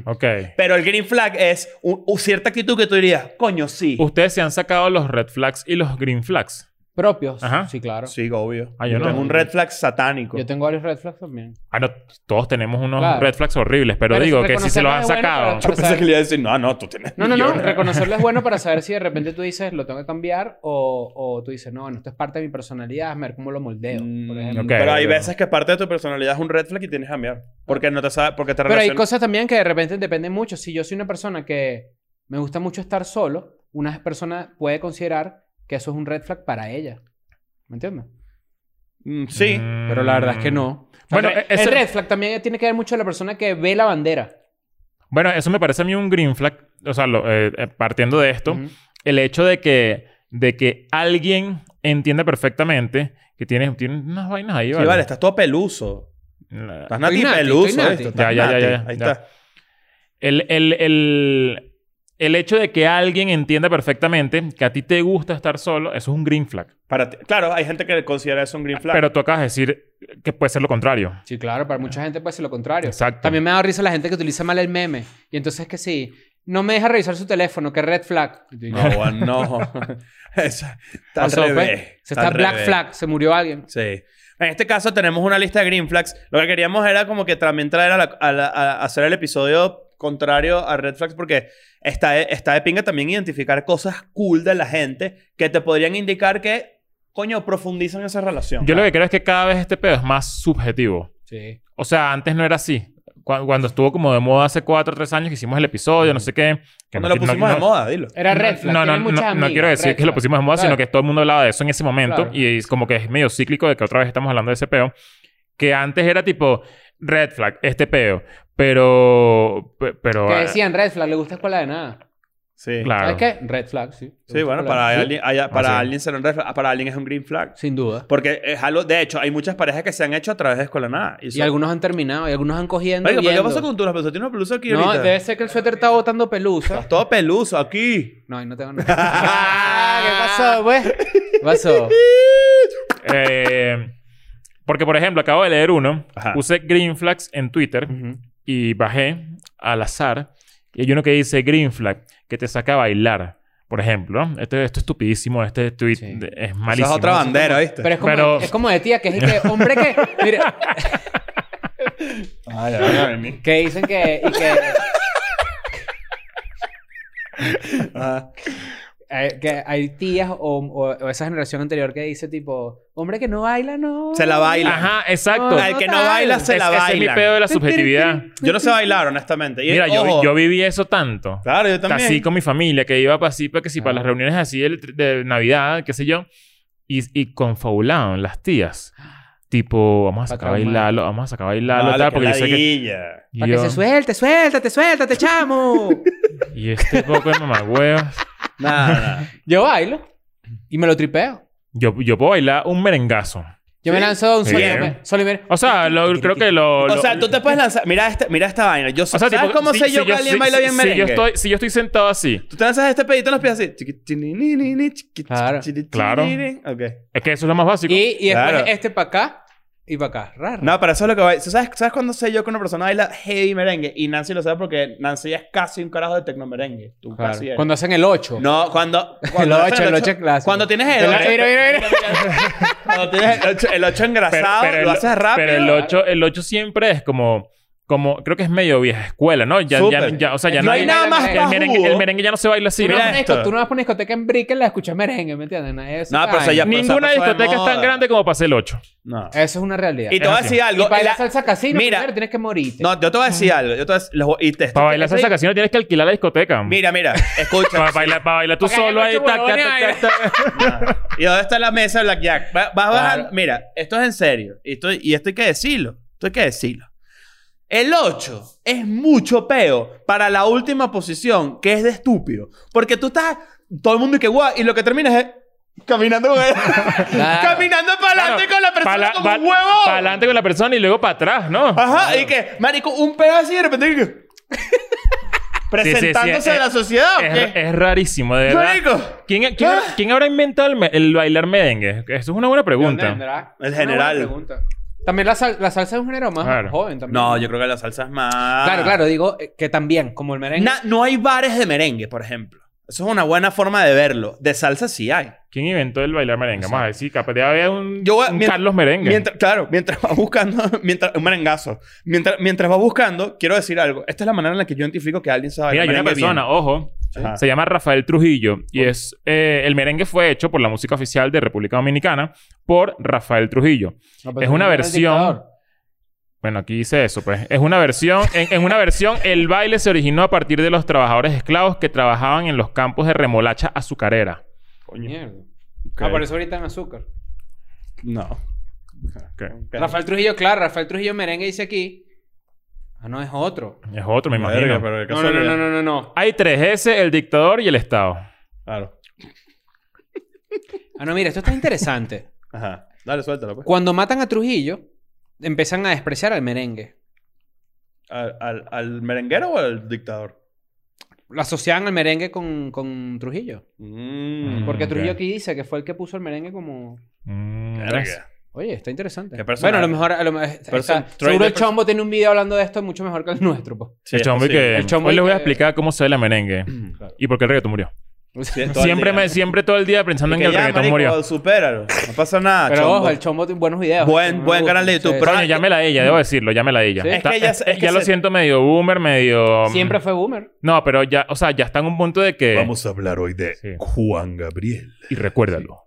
Ok.
Pero el green flag es un- u- cierta actitud que tú dirías, coño, sí.
Ustedes se han sacado los red flags y los green flags.
Propios.
Ajá.
Sí, claro.
Sí, obvio.
Ah, yo no.
Tengo un red flag satánico.
Yo tengo varios red flags también.
Ah, no, todos tenemos unos
Claro.
red flags horribles, pero,
Pero
digo
si
que si se los han
reconocerlo es bueno
sacado.
para-
Yo pensé que le iba a decir, no, no, tú tienes.
No, no, no.
millones".
Reconocerlo es bueno para saber si de repente tú dices, lo tengo que cambiar, o, o tú dices, no, bueno, esto es parte de mi personalidad, a ver cómo lo moldeo. Por ejemplo.
Mm,
Ok,
pero hay
bueno.
veces que parte de tu personalidad es un red flag y tienes que cambiar. Porque no te sabe, porque te
Pero hay
relaciona-
cosas también que de repente dependen mucho. Si yo soy una persona que me gusta mucho estar solo, una persona puede considerar que eso es un red flag para ella. ¿Me entiendes?
Mm, Sí.
Mm.
Pero la verdad es que no.
Bueno,
Bueno, el,
ese-
red flag también tiene que ver mucho de la persona que ve la bandera.
Bueno, eso me parece a mí un green flag. O sea, lo- eh, eh, partiendo de esto,
Ujú.
el hecho de que, de que alguien entienda perfectamente que tienes, tienes unas vainas ahí,
Sí,
¿vale?
vale, estás todo peluso.
La-
Estás nati
Estoy nati,
peluso.
estoy
¿viste?
nati.
Ya,
Estás
ya, ya,
nati.
ya,
Ahí
ya.
está.
El, el, el, el hecho de que alguien entienda perfectamente que a ti te gusta estar solo, eso es un green flag.
Para ti- Claro, hay gente que considera eso un green flag.
Pero tú acabas de decir que puede ser lo contrario.
Sí, claro, para mucha gente puede ser lo contrario.
Exacto.
También me da risa la gente que utiliza mal el meme. Y entonces que sí, no me deja revisar su teléfono, que red flag. Y tú dices,
No, bueno, no. Eso- está al
pasó, pues.
revés.
Se está
al
black
revés.
flag, se murió alguien.
Sí. En este caso tenemos una lista de green flags. Lo que queríamos era como que también traer a, la- a la- a hacer el episodio contrario a red flags porque está de, está de pinga también identificar cosas cool de la gente que te podrían indicar que, coño, profundizan esa relación.
Yo lo que creo es que cada vez este pedo es más subjetivo.
Sí.
O sea, antes no era así. Cu- Cuando estuvo como de moda hace cuatro o tres años que hicimos el episodio, no sé qué. que
Cuando
no-
lo pusimos
no-
de moda, dilo.
Era
no-
red flag.
No, no,
tiene
no,
muchas
no
amigas,
quiero decir
red
que lo
flag.
pusimos de moda,
Claro.
sino que todo el mundo hablaba de eso en ese momento.
Claro.
Y es como que es medio cíclico de que otra vez estamos hablando de ese peo. Que antes era tipo red flag, este peo. Pero. pe- Pero.
Que
eh,
decían red flag, le gusta escuela de nada.
Sí.
Claro.
¿Sabes qué? Red flag, sí. Le
Sí,
gusta
bueno,
escuela de
para,
nada.
alguien, haya- para
Así.
alguien será un red flag, para alguien es un green flag.
Sin duda.
Porque es algo, de hecho, hay muchas parejas que se han hecho a través de escuela nada.
Y algunos han terminado, y algunos han cogiendo.
Oiga, Pues, pero ¿qué
viendo.
pasa con tu pelusa? ¿Tienes una pelusa aquí
No,
ahorita?
debe ser que el suéter está botando pelusa.
Estás todo peluso aquí.
No, ahí no tengo nada. Ah, ¿Qué pasó, pues? ¿Qué pasó?
Eh, porque, por ejemplo, acabo de leer uno.
Ajá.
Puse green flags en Twitter y bajé al azar. Y hay uno que dice green flag, que te saca a bailar. Por ejemplo, ¿no? este, esto es estupidísimo. Este tweet
Sí.
de- es
Esa
malísimo.
es otra bandera, ¿viste?
Pero es como,
Pero-
es como de tía, que es el que, hombre, que. Mira, Ah, que dicen que. y que
Ajá.
Eh, que hay tías o, o- o esa generación anterior que dice tipo, hombre que no baila, no.
Se la baila.
Ajá, exacto.
Ay,
Al que no
Total.
baila, se la
Es-
baila.
ese es mi pedo de la subjetividad.
Yo no sé bailar, honestamente. Y,
Mira, yo,
ojo,
vi- yo viví eso tanto.
Claro, yo también.
Así con mi familia, que iba para así, para que sí, para
Ah.
las reuniones así de, de Navidad, qué sé yo. Y, y confabulaban las tías. Tipo, vamos a
Pa'
sacar a
traumar.
bailarlo, vamos a sacar a
No,
bailarlo,
lo
tal,
que
porque yo sé que.
ladilla.
y
Para que
yo-
se suelte, suéltate, suéltate, chamo.
Y este poco de mamagüeos.
Nada, nada.
yo bailo y me lo tripeo.
Yo, yo puedo bailar un merengazo.
Yo me lanzo un
Sí.
sol y me- sol y me-
O sea, lo- creo que lo.
O
lo-
sea, tú te puedes lanzar. Mira esta, mira esta vaina. Yo sé,
o sea,
¿Sabes
tipo,
cómo
si-
sé
si
yo que alguien
si-
baila bien
si-
merengue?
Si yo, estoy, si yo estoy sentado así.
Tú te lanzas este pedito en los pies así. Chiquitininini, chiqui-
Claro.
chiquitininini.
Claro.
Ok.
Es que eso es lo más básico.
Y, y después
Claro.
este para acá y para acá. Raro.
No, pero eso es lo que baila. ¿Sabes, ¿Sabes cuándo sé yo que una persona baila heavy merengue? Y Nancy lo sabe porque Nancy es casi un carajo de tecno merengue. Tú
Claro.
casi eres.
Cuando hacen el 8.
No, cuando.
El
cuando hacen
ocho, el ocho es clásico.
Cuando tienes el
El
8.
ocho- mira, mira,
Cuando tienes el 8, el ocho engrasado, lo
el-
haces rápido.
Pero el 8, el 8 siempre es como, como, creo que es medio vieja escuela, ¿no? Ya, ya,
Súper.
ya, o sea, ya
no hay nada más
el, merengue,
pajudo.
el merengue ya no se baila así,
Tú
¿no?
no,
Mira
vas a una
esto.
discoteca- tú no vas a una discoteca en Brickell la escuchas merengue, ¿me entiendes? No, es-
No, pero eso
Ay,
ya-
Ninguna
pasó de
discoteca es
moda.
tan grande como para ser el 8.
No.
Eso es una realidad.
Y te voy a decir algo.
Y para
la-
la salsa casino,
Mira.
primero tienes que morirte.
No, yo te voy a decir algo. Yo te voy a decir- los- y te-
Para bailar salsa casino tienes que alquilar la discoteca.
Mira, mira, escucha.
Para bailar, para bailar tú
Porque hay
solo ahí.
muchos
tac, tac,
huevones
tac, tac, tac.
Ajá. ¿Y dónde está la mesa de Blackjack? Va- Vas bajando.
Claro.
Mira, esto es en serio. Y esto, y esto hay que decirlo. Esto hay que decirlo. El 8 es mucho peo para la última posición, que es de estúpido. Porque tú estás todo el mundo y que guau, y lo que terminas es eh, caminando con el- caminando para adelante con la persona
Para-
como
pa-
un huevo.
Para adelante con la persona y luego para atrás, ¿no?
Ajá, y que, marico, un pedo así y de repente. y que-
sí, sí,
presentándose a
es-
la sociedad. ¿o
Es,
qué?
es rarísimo, de verdad.
Marico.
¿Quién, quién-
Ah.
quién habrá inventado el, me- el bailar merengue? Eso es una buena pregunta.
El general.
También la, sal- la salsa es un género más
Claro.
joven también.
No, yo creo que la salsa es más.
Claro, claro, digo eh, que también, como el merengue.
Na- no hay bares de merengue, por ejemplo. Eso es una buena forma de verlo. De salsa sí hay.
¿Quién inventó el bailar merengue? Vamos a ver si capaz de haber un,
Yo voy a-
un
mien-
Carlos Merengue.
Mientras, claro, mientras vas buscando, mientras, un merengazo. Mientras, mientras vas buscando, quiero decir algo. Esta es la manera en la que yo identifico que alguien sabe
Mira, hay
bailar
una
merengue bien.
persona, ojo,
Ajá.
se llama Rafael Trujillo y es eh, el merengue fue hecho por la música oficial de República Dominicana por Rafael Trujillo.
No, pero
es
tú
una
no eres
versión-
dictador.
Bueno, aquí dice eso, pues. Es una versión, en, en una versión, el baile se originó a partir de los trabajadores esclavos que trabajaban en los campos de remolacha azucarera.
Coño.
Mierda.
Ok.
Ah, por eso ahorita en azúcar.
No.
Ok.
Ok.
Rafael Trujillo, claro, Rafael Trujillo merengue dice aquí. Ah, no, es otro.
Es otro, me imagino.
Verga, pero qué
No, no, no,
casualidad.
no, no, no, no.
Hay tres S, el dictador y el Estado.
Claro.
Ah, no, mira, esto está interesante.
Ajá. Dale, suéltalo, pues.
Cuando matan a Trujillo, empiezan a despreciar al merengue.
¿Al, al, al merenguero o al dictador?
Lo asociaban al merengue con, con Trujillo.
Mm.
Porque
Mm,
Trujillo
ok.
aquí dice que fue el que puso el merengue como...
Mm, gracias.
Verga.
Oye, está interesante.
Qué
Bueno,
personaje.
a lo mejor... a lo mejor- está-
Person-
seguro
trade-
el Chombo tiene un video hablando de esto mucho mejor que el nuestro, pues.
Sí,
el
es
chombo y
posible.
este que...
El chombo
Hoy
y
les voy a
que-
explicar cómo se ve la merengue. Y por qué el reggaetón murió.
Sí, es todo el
Siempre,
día.
me, siempre todo el día pensando en
Y que
que el
ya,
reggaetón
marico,
murió.
supéralo. No pasa nada,
Pero
Ah, chombo.
ojo, el Chombo tiene buenos videos.
Buen-
Me
buen
gusta.
canal de YouTube,
Sí,
pero- Mm.
sí.
Coño, llámela a ella, debo decirlo, llámela a ella.
Sí.
Es que ella- es que
ya lo
se-
siento medio boomer, medio. mm,
Siempre fue boomer.
No, pero ya, o sea, ya está en un punto de que.
Vamos a hablar hoy de
Sí.
Juan Gabriel.
Y recuérdalo,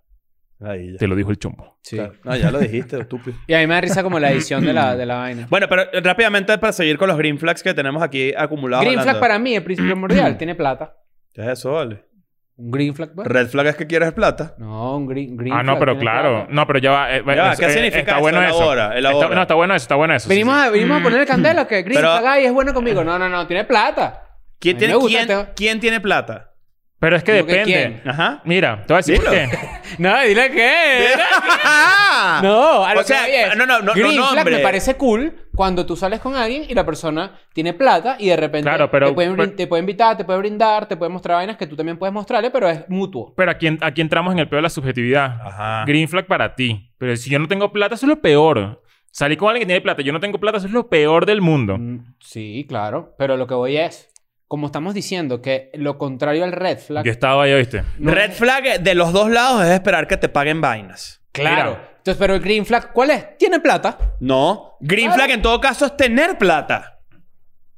Ahí ya.
te lo dijo el chombo.
Sí.
Claro. No, ya lo dijiste, estúpido.
Y a mí me da risa como la edición de la, de la vaina.
Bueno, pero eh, rápidamente para seguir con los green flags que tenemos aquí acumulados.
green flag
hablando.
para mí es primordial. tiene plata.
¿Qué es eso, vale?
Un green flag, pues.
Red flag es que quieres plata.
No, un green, green
Ah, no,
flag,
pero
tiene
claro.
plata.
No, pero ya va. eh,
Ya va,
es-
¿qué
eh,
significa
está
eso?
bueno eso.
Elabora, elabora.
Está- no, está bueno eso, está bueno eso. sí,
Venimos,
sí.
a, venimos a poner el candela que green
Mm. Pero-
flag ay, es bueno conmigo. No, no, no, tiene plata.
¿Quién,
A mí
tiene,
me gusta
quién,
este-
quién tiene plata?
Pero es que
Digo que
depende.
quién.
Ajá.
Mira, te voy a decir por
Dilo.
qué.
este- No, dile qué.
¡Ah!
No, a lo
O sea,
que voy es,
no, no, no,
Green
no,
flag
nombre.
me parece cool cuando tú sales con alguien y la persona tiene plata y de repente
Claro, pero- pues
te, pueden brin-
pero-
te puede invitar, te puede brindar, te puede mostrar vainas que tú también puedes mostrarle, pero es mutuo.
Pero aquí, en- aquí entramos en el peor de la subjetividad.
Ajá.
Green flag para ti. Pero si yo no tengo plata, eso es lo peor. Salí con alguien que tiene plata, yo no tengo plata, eso es lo peor del mundo.
Mm, Sí, claro, pero lo que voy es, como estamos diciendo que lo contrario al red flag...
Yo estaba ahí, ¿oíste?
no
Red
es-
flag de los dos lados es esperar que te paguen vainas.
Claro.
Mira.
Entonces, pero el green flag, ¿cuál es? Tiene plata.
No. Green
Claro.
flag en todo caso es tener plata.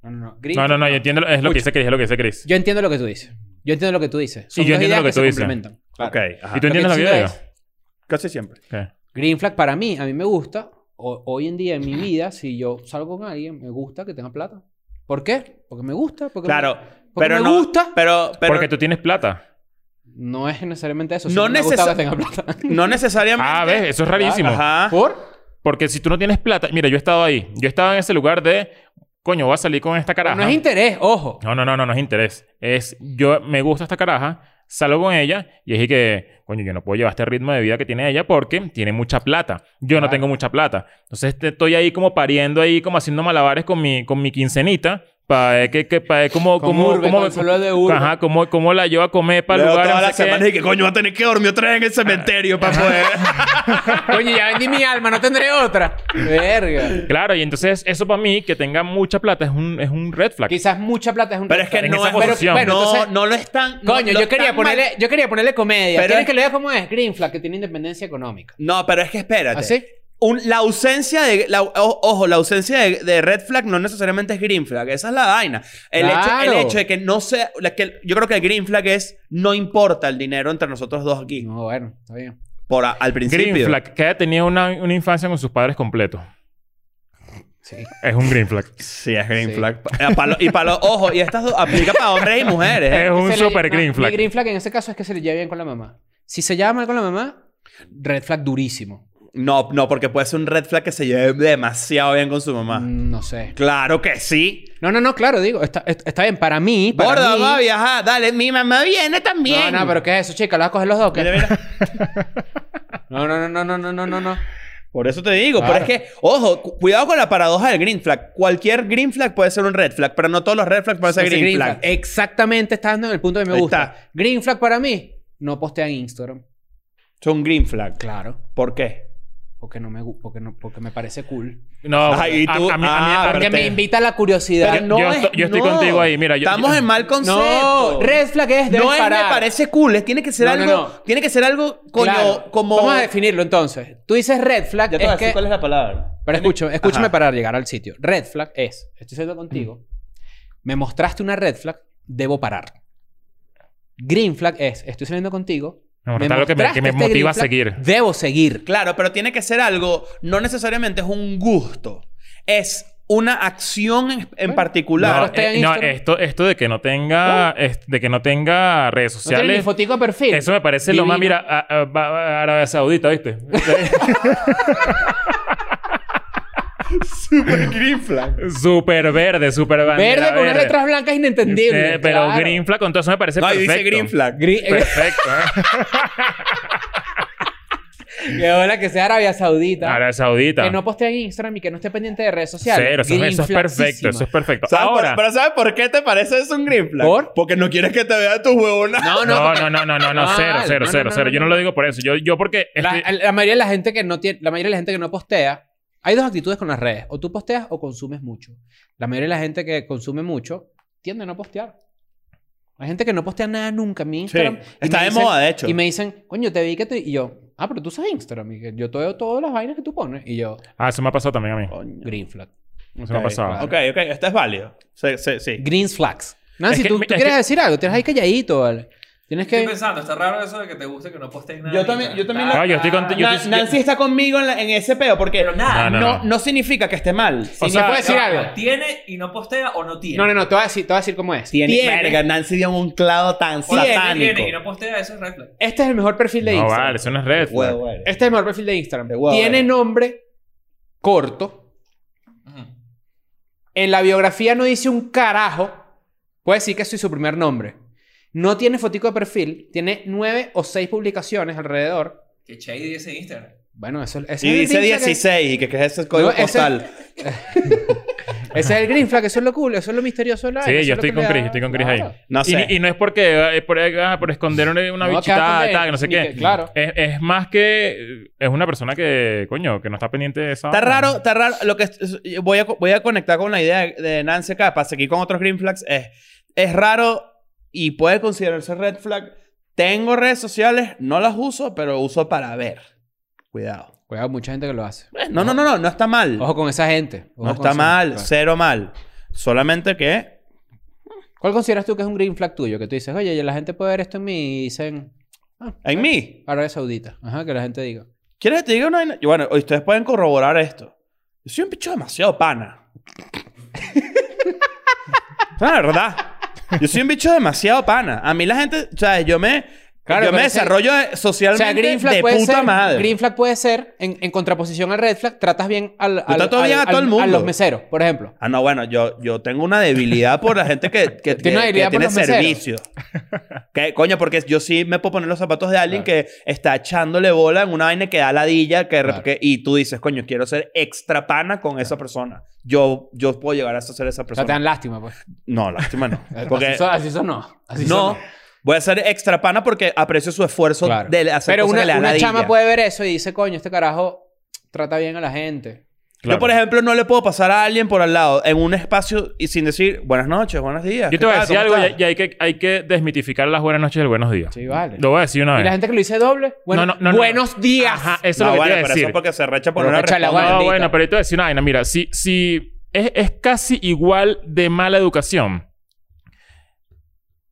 No, no, no. Green
No, no,
flag
no, yo entiendo. Es lo que
Mucho.
dice Chris, es lo que dice Chris.
Yo entiendo lo que tú dices. Yo entiendo lo que tú dices.
Y yo
dos
entiendo
ideas
lo que tú
se
dices.
complementan.
Ok, ajá.
¿Y tú
Lo que
entiendes la
sí
vida?
es-
Casi siempre.
¿Qué?
Green flag para mí, a mí me gusta. o- hoy en día en mi vida, si yo salgo con alguien, me gusta que tenga plata. ¿Por qué? Porque me gusta. Porque
Claro.
Me, porque
Pero
me
no,
gusta.
Pero, pero
Porque tú tienes plata.
No es necesariamente eso.
No
No me gusta
necesa-
que tenga plata.
no necesariamente.
Ah, ves, eso es rarísimo.
Ajá.
¿Por?
Porque si tú no tienes plata, mira, yo he estado ahí. Yo he estado en ese lugar de, coño, voy a salir con esta caraja.
No es interés, ojo.
No, no, no, no, no es interés. Es, yo me gusta esta caraja, salgo con ella y es que, coño, yo no puedo llevar este ritmo de vida que tiene ella porque tiene mucha plata. Yo no
Claro.
tengo mucha plata. Entonces te- estoy ahí como pariendo ahí, como haciendo malabares con mi, con mi quincenita para ver que, que, para ver cómo,
Con
cómo,
Urbe,
cómo-
con solo de Urbe.
Ajá, cómo, cómo la llevo a comer para
Luego
lugares.
todas
no
las
sé qué.
semanas y que coño va a tener que dormir otra vez en el cementerio para poder.
Coño, ya vendí mi alma, no tendré otra. Verga.
Claro, y entonces eso para mí, que tenga mucha plata, es un, es un red flag.
Quizás mucha plata es un
Pero es que
En
no
esa
es.
posición.
Pero, no,
Bueno, entonces-
no lo están. no
Coño,
lo
yo quería,
están mal-
ponerle, yo quería ponerle comedia.
Pero
¿Quieres
es-
que le vea cómo es? Green Flag, que tiene independencia económica.
No, pero es que espérate.
¿Así?
Un- la ausencia de... la- o- ojo, la ausencia de, de red flag no necesariamente es green flag. Esa es la vaina. El, hecho,
Claro.
el hecho de que no sea... la que- yo creo que el green flag es... No importa el dinero entre nosotros dos aquí.
No, bueno, está bien.
Por a- al principio.
Green flag, que haya tenido una, una infancia con sus padres completos.
Sí.
Es un green flag.
Sí, es green
Sí.
flag. Eh, Pa- pa lo- y para los... Ojo, y estas dos... Aplica para hombres y mujeres. ¿eh?
es un
Se le-
super
no,
green flag.
Mi green flag en ese caso es que se le lleve bien con la mamá. Si se lleva mal con la mamá, red flag durísimo.
No, no, porque puede ser un red flag que se lleve demasiado bien con su mamá.
Mm, No sé.
Claro que sí.
No, no, no, claro, digo, está, est- está bien. Para mí, para
Gorda,
mí...
va a viajar. Dale, mi mamá viene
No,
también.
no, pero ¿qué es eso, chica? ¿Lo vas a coger los dos? o qué?
Mira, mira.
No, no, no, no, no, no, no, no, no.
Por eso te digo,
Claro.
pero es que, ojo, cu- cuidado con la paradoja del green flag. Cualquier green flag puede ser un red flag, pero no todos los red flags pueden ser
Ese
green, flag.
Exactamente, está dando en el punto de me
Ahí
gusta.
está.
Green flag para mí, no postea en Instagram.
Son green flag.
Claro.
¿Por qué?
Porque no me gu- porque no, porque me parece cool.
No,
Ajá, y
a-
tú-
a, mí- a mí-
ah,
a mí-
pero
Porque
te-
me invita a la curiosidad.
Pero no
yo
es-
estoy- yo estoy
no.
contigo ahí, mira, yo-
Estamos
yo-
en mal concepto.
no, red flag es de
no es me
parar.
parece cool, es- tiene que ser
No, no,
algo,
no.
tiene que ser algo coño,
Claro.
como
Vamos a definirlo entonces. Tú dices red flag, es que...
es la palabra.
Pero escúchame, escúchame
Ajá.
para llegar al sitio. Red flag es, estoy siendo contigo, me mostraste una red flag, debo parar. Green flag es, estoy saliendo contigo.
Me mostraste algo que me- que me
mostraste green
motiva a
flag,
seguir.
Debo seguir.
Claro, pero tiene que ser algo, no necesariamente es un gusto, es una acción en, en
no,
particular.
Claro, está
eh,
en
no,
Instagram.
esto, esto de que no tenga, es- de que no tenga redes
No tiene ni
sociales.
fotico de perfil.
eso me parece lo
Divino.
más, mira, a- a- va- a Arabia Saudita, ¿viste?
Super green flag.
súper verde, súper bandera
Verde con unas letras blancas inentendibles.
Eh, pero
claro.
green flag, con todo eso me parece
No, ahí
perfecto.
dice green flag.
Green-
Perfecto. ¿eh?
que hola, que sea Arabia Saudita.
Arabia Saudita.
Que no postee en Instagram y que no esté pendiente de redes sociales.
Cero, eso,
Green
eso es perfecto,
flagsísima.
eso es perfecto.
¿Sabes por-
Ahora,
pero ¿sabes por qué te parece eso un green flag?
¿Por?
Porque no quieres que te vea tus huevonas.
No, no,
no,
porque-
no, no, no, no, no,
Mal.
cero, cero,
No, no,
cero,
no,
cero. Yo
no,
no
no.
lo digo por eso. Yo, yo porque
La,
estoy-
la mayoría de la gente que no tiene, la mayoría de la gente que no postea, hay dos actitudes con las redes. O tú posteas o consumes mucho. La mayoría de la gente que consume mucho tiende a no postear. Hay gente que no postea nada nunca en mi Instagram. y
está
me
de
dicen-
moda, de hecho.
Y me dicen, coño, te vi que te... Y yo, ah, pero tú usas Instagram. Y que yo te veo todas las vainas que tú pones. Y yo,
Ah, eso me ha pasado también a mí.
Coño.
green flag.
Eso me ha
Ok,
pasado.
Ok, ok, esto es válido. Sí, sí, sí.
Green flags. Nancy,
Es que-
tú, tú
es
quieres
que-
decir algo. Tienes ahí calladito, ¿vale? Tienes
Estoy
que...
pensando, está raro eso de que te guste que no posteen nada.
Yo también- yo también lo-
Ah, yo estoy cont- yo
Na-
estoy-
Nancy está conmigo en, la- en ese peo porque
Pero nada.
No,
no,
no, no.
no significa que esté mal.
O
Si
sea,
me puedes decir
No,
algo.
¿Tiene y no postea o no tiene?
No, no, no. Te voy a decir, te voy a decir cómo es.
Tiene, verga, Nancy dio un clavo tan
Tiene,
satánico.
tiene y no postea, eso es red flag.
Este es el mejor perfil de
No,
Instagram.
vale, eso no es red flag.
Huevo, eres.
Este es el mejor perfil de Instagram.
De huevo,
Tiene
eh.
nombre corto.
Ujú.
En la biografía no dice un carajo. Puede decir que soy su primer nombre. No tiene fotico de perfil. Tiene nueve o seis publicaciones alrededor.
Que Shady ese Instagram.
Bueno, eso ese
Y
es
dice
el green flag
16, que, que es ese código
No, ese-
postal.
que- Ese es el green flag. Eso es lo cool. Eso es lo misterioso. de la
Sí,
vaina, eso
yo
es lo
estoy
que
con
le
Chris,
da-
estoy con Chris
Claro.
ahí.
No
Y-
sé.
Y, no es porque eh, por, ah, por esconder una, una
No,
bichitada,
quedas con
tal,
él,
que no sé
ni
qué.
que- claro.
Es, es más que eh, es una persona que, coño, que no está pendiente de esa.
Está
vaina.
raro, está raro. Lo que es- es- voy, a, co- voy a conectar con la idea de, de Nancy acá para seguir con otros green flags. Es, es raro y puede considerarse red flag. Tengo redes sociales, no las uso, pero uso para ver. Cuidado.
Cuidado, mucha gente que lo hace.
Eh, No, no, no, no, no está mal.
Ojo con esa gente. Ojo
no
con
está
esa-
mal,
claro.
cero mal. Solamente que
¿Cuál consideras tú que es un green flag tuyo? Que tú dices, oye, la gente puede ver esto en mí y dicen
¿En mí?
Arabia Saudita. Ajá, que la gente diga.
¿Quieres que te diga una vaina? Y Bueno, ustedes pueden corroborar esto. Yo soy un bicho demasiado pana. Es la verdad. Yo soy un bicho demasiado pana. A mí la gente, o sea, yo me,
Claro,
yo
pero
me
ese-
desarrollo
O
socialmente
sea, green flag
de
puede
puta
ser.
madre.
Green flag puede ser, en, en contraposición al red flag, tratas bien al, al-
trato
al-
bien a
al-
todo el mundo.
a los meseros, por ejemplo.
Ah, no, bueno, yo, yo tengo una debilidad por la gente que, que, que-
Tiene una
que
debilidad por
tiene
los meseros.
servicio. que, coño, porque yo sí me puedo poner los zapatos de alguien que está echándole bola en una vaina que da ladilla que, de
Claro.
que- y tú dices, coño, quiero ser extra pana con esa persona. Yo, yo puedo llegar a ser esa
O sea,
persona.
te dan lástima, pues.
No, lástima no.
así,
Porque
son, así son no. Así
no,
son
voy a ser extra pana porque aprecio su esfuerzo
Claro.
de hacer
Pero
cosas
una,
que le da
una
ladilla.
chama puede ver eso y dice, coño, este carajo trata bien a la gente.
Claro.
Yo, por ejemplo, no le puedo pasar a alguien por al lado en un espacio y sin decir buenas noches, buenos días.
Yo
¿qué
te voy a
tal?
decir
¿Cómo
algo
estás?"
y, y hay, que, hay que desmitificar las buenas noches y el buenos días.
Sí, vale.
Lo voy a decir una
Y
vez.
la gente que lo dice doble, bueno,
No, no, no, no.
buenos días.
Ajá, eso
No,
es lo que te iba
bueno,
a
pero
decir.
eso es porque se recha por
Pero
una
recha la
respuesta.
guardia.
No,
Maldita.
Ah, bueno, pero yo te voy a decir una vaina. Mira, si, si es, es casi igual de mala educación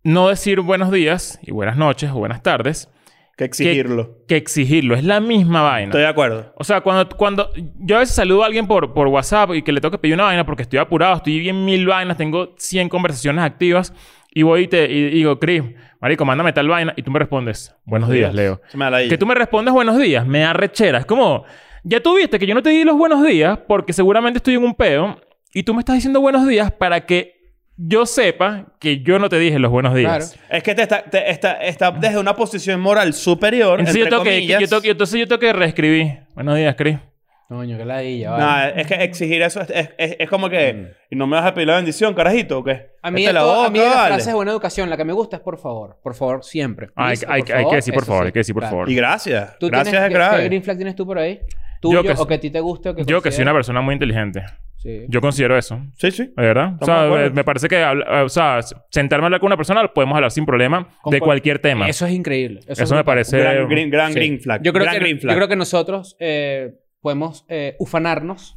no decir buenos días y buenas noches o buenas tardes
que exigirlo.
que exigirlo. Es la misma vaina.
Estoy de acuerdo.
O sea, cuando, cuando yo a veces saludo a alguien por, por WhatsApp y que le tengo que pedir una vaina porque estoy apurado, estoy bien mil vainas, tengo 100 conversaciones activas y voy y te y digo, Chris, marico, mándame tal vaina y tú me respondes, buenos días, Leo.
Se me da la idea.
Que tú me respondes buenos días, me da rechera. Es como, ya tú viste que yo no te di los buenos días porque seguramente estoy en un peo y tú me estás diciendo buenos días para que yo sepa que yo no te dije los buenos
Claro.
días.
Es que te está, te- está, está desde una posición moral superior,
Entonces yo,
entre
tengo que,
comillas.
yo tengo que- entonces yo tengo que reescribir. Buenos días, Chris.
Coño, qué ladilla, vale.
No, eh, es que exigir eso es, es- es- es como
Mm.
que... ¿Y no me vas a pedir la bendición, carajito, o qué?
A
Vete
mí, de
este la
todo- a
boca,
mí de las
vale.
frases de buena educación, la que me gusta es por favor. Por favor, siempre.
Ah, hay-
Please,
hay-
por
hay que
favor,
decir por
eso
favor,
sí.
hay que decir por
Claro.
favor.
Y gracias.
¿Tú
Gracias
tienes,
es
qué-
grave.
¿Qué green flag tienes tú por ahí? ¿Tuyo
que
o
sí.
que a ti te guste o que
Yo que soy una
consideras?
persona muy inteligente.
Sí.
Yo considero eso.
Sí, sí.
¿De verdad? O sea,
de acuerdo.
eh, me parece que habla- eh, o sea, s- sentarme a hablar con una persona podemos hablar sin problema
Con
de
cual-
cualquier tema. Eso,
Eso es increíble. Eso, es
me
brutal.
parece
gran green, gran
Sí.
green flag.
Yo creo,
Gran
que,
green
yo
flag.
creo que nosotros eh, podemos eh, ufanarnos.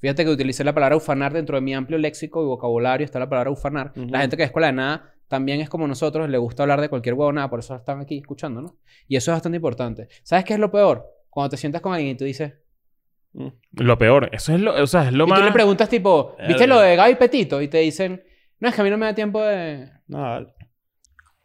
Fíjate que utilicé la palabra ufanar dentro de mi amplio léxico y vocabulario. Está la palabra ufanar.
Ujú.
La gente que es escuela de nada también es como nosotros. Le gusta hablar de cualquier huevonada. Por eso están aquí escuchando, ¿no? Y eso es bastante importante. ¿Sabes qué es lo peor? Cuando te sientas con alguien y tú dices...
lo peor. Eso es lo, o sea, es lo
y
más.
tú le preguntas tipo... ¿Viste
Verga.
lo de Gaby Petito? Y te dicen... No, es que a mí no me da tiempo de...
No, vale.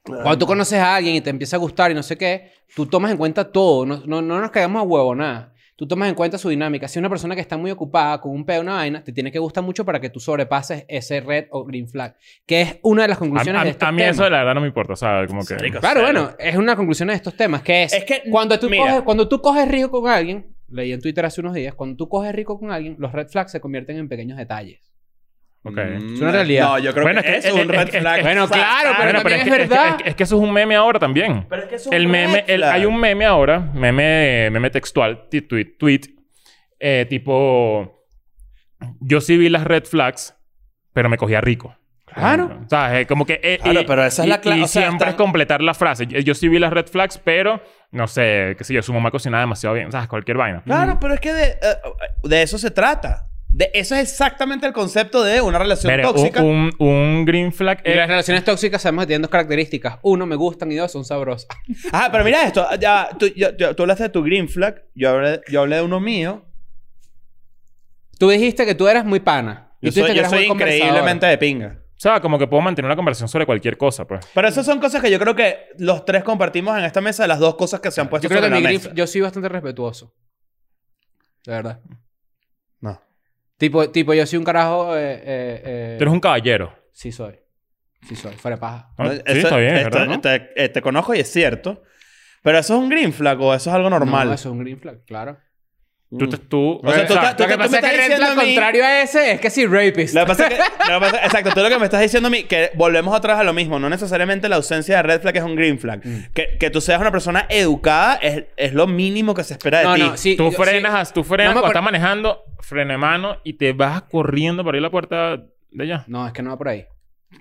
Cuando tú conoces a alguien y te empieza a gustar y no sé qué, tú tomas en cuenta todo. No, no, no nos caigamos a huevo, nada. Tú tomas en cuenta su dinámica. Si es una persona que está muy ocupada con un pedo, una vaina, te tiene que gustar mucho para que tú sobrepases ese red o green flag. Que es una de las
a,
conclusiones
a-
de
a
estos
mí
temas.
eso de la verdad no me importa, ¿sabes? Como que.
Marico,
Claro,
cero.
bueno, es una conclusión de estos temas. Que es,
Es que,
cuando, tú
mira.
coges, cuando tú coges riesgo con alguien, leí en Twitter hace unos días, cuando tú coges riesgo con alguien, los red flags se convierten en pequeños detalles.
Ok.
Mm,
Es una realidad.
No, yo creo
Bueno,
que
es que-
eso es un
es-
red
es-
flag.
es-
Bueno, claro, pero
Bueno,
también
es,
es
que,
verdad.
es que- es que eso es un meme ahora también.
Pero es que es un
El meme,
red
el-
flag.
hay un meme ahora, meme, meme textual, ti- tweet, tweet eh, tipo. Yo sí vi las red flags, pero me cogía rico.
Claro.
O sea, es como que. eh,
Claro,
y-
pero esa es
y-
la cla-
Y
o sea,
siempre
están-
es completar la frase. Yo, yo sí vi las red flags, pero no sé, qué sé yo, su mamá cocinaba demasiado bien. O sea, cualquier vaina.
Claro, pero es que de, eh, de eso se trata. De, eso es exactamente el concepto de una relación
Mira, un,
tóxica.
un, un green flag.
Y
es-
las relaciones tóxicas sabemos que tienen dos características. Uno, me gustan y dos, son sabrosas.
Ah, pero mira esto. Ya, tú, yo- yo- tú hablaste de tu green flag. Yo hablé, yo hablé de uno mío.
Tú dijiste que tú eras muy pana.
Yo
y tú dijiste
soy,
que
yo
eras
soy
buen conversador.
increíblemente de pinga.
o sea, como que puedo mantener una conversación sobre cualquier cosa, pues.
Pero esas son cosas que yo creo que los tres compartimos en esta mesa, las dos cosas que se han puesto
Yo creo que
sobre la
mi
mesa.
grif- yo soy bastante respetuoso. De verdad.
No.
Tipo, tipo yo soy un carajo... Eh, eh, eh,
Tú eres un caballero.
Sí soy. Sí soy. Fuera de paja.
¿no?
No,
Ah, sí,
eso-
está bien,
esto-
¿verdad? ¿no?
Te, eh, te conozco y es cierto. Pero eso es un green flag o eso es algo normal.
No, eso es un green flag, claro. Mm.
Tú, te- tú-
O sea, tú estás- tú
Lo que
me
pasa es que red
diciendo
flag
a mí-
contrario a ese es que sí, rapist.
Lo que pasa es que, lo que pasa- exacto, tú lo que me estás diciendo a mí, que volvemos otra vez a lo mismo, no necesariamente la ausencia de red flag es un green flag.
Mm.
Que, que tú seas una persona educada es, es lo mínimo que se espera de
No,
ti.
no, sí.
tú
yo-
frenas,
sí.
tú frenas
No me
cuando
acuer-
estás manejando, freno de mano y te vas corriendo para ir a la puerta de allá.
No, es que no va por ahí.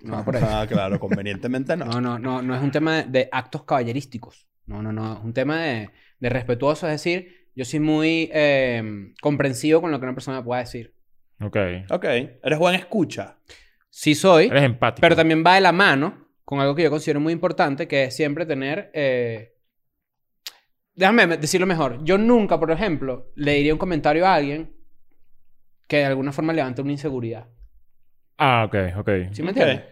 No va por ahí.
Ah, claro, convenientemente no.
No, no, no, no es un tema de, de actos caballerísticos. No, no, no. Es un tema de, de respetuoso. Es decir, yo soy muy eh, comprensivo con lo que una persona pueda decir.
Ok.
Ok, eres buen escucha.
Sí soy.
Eres empático.
Pero también va de la mano con algo que yo considero muy importante, que es siempre tener... eh, Déjame me- decirlo mejor. Yo nunca, por ejemplo, le diría un comentario a alguien que de alguna forma levante una inseguridad.
Ah, ok, ok.
¿Sí me
Ok.
entiendes?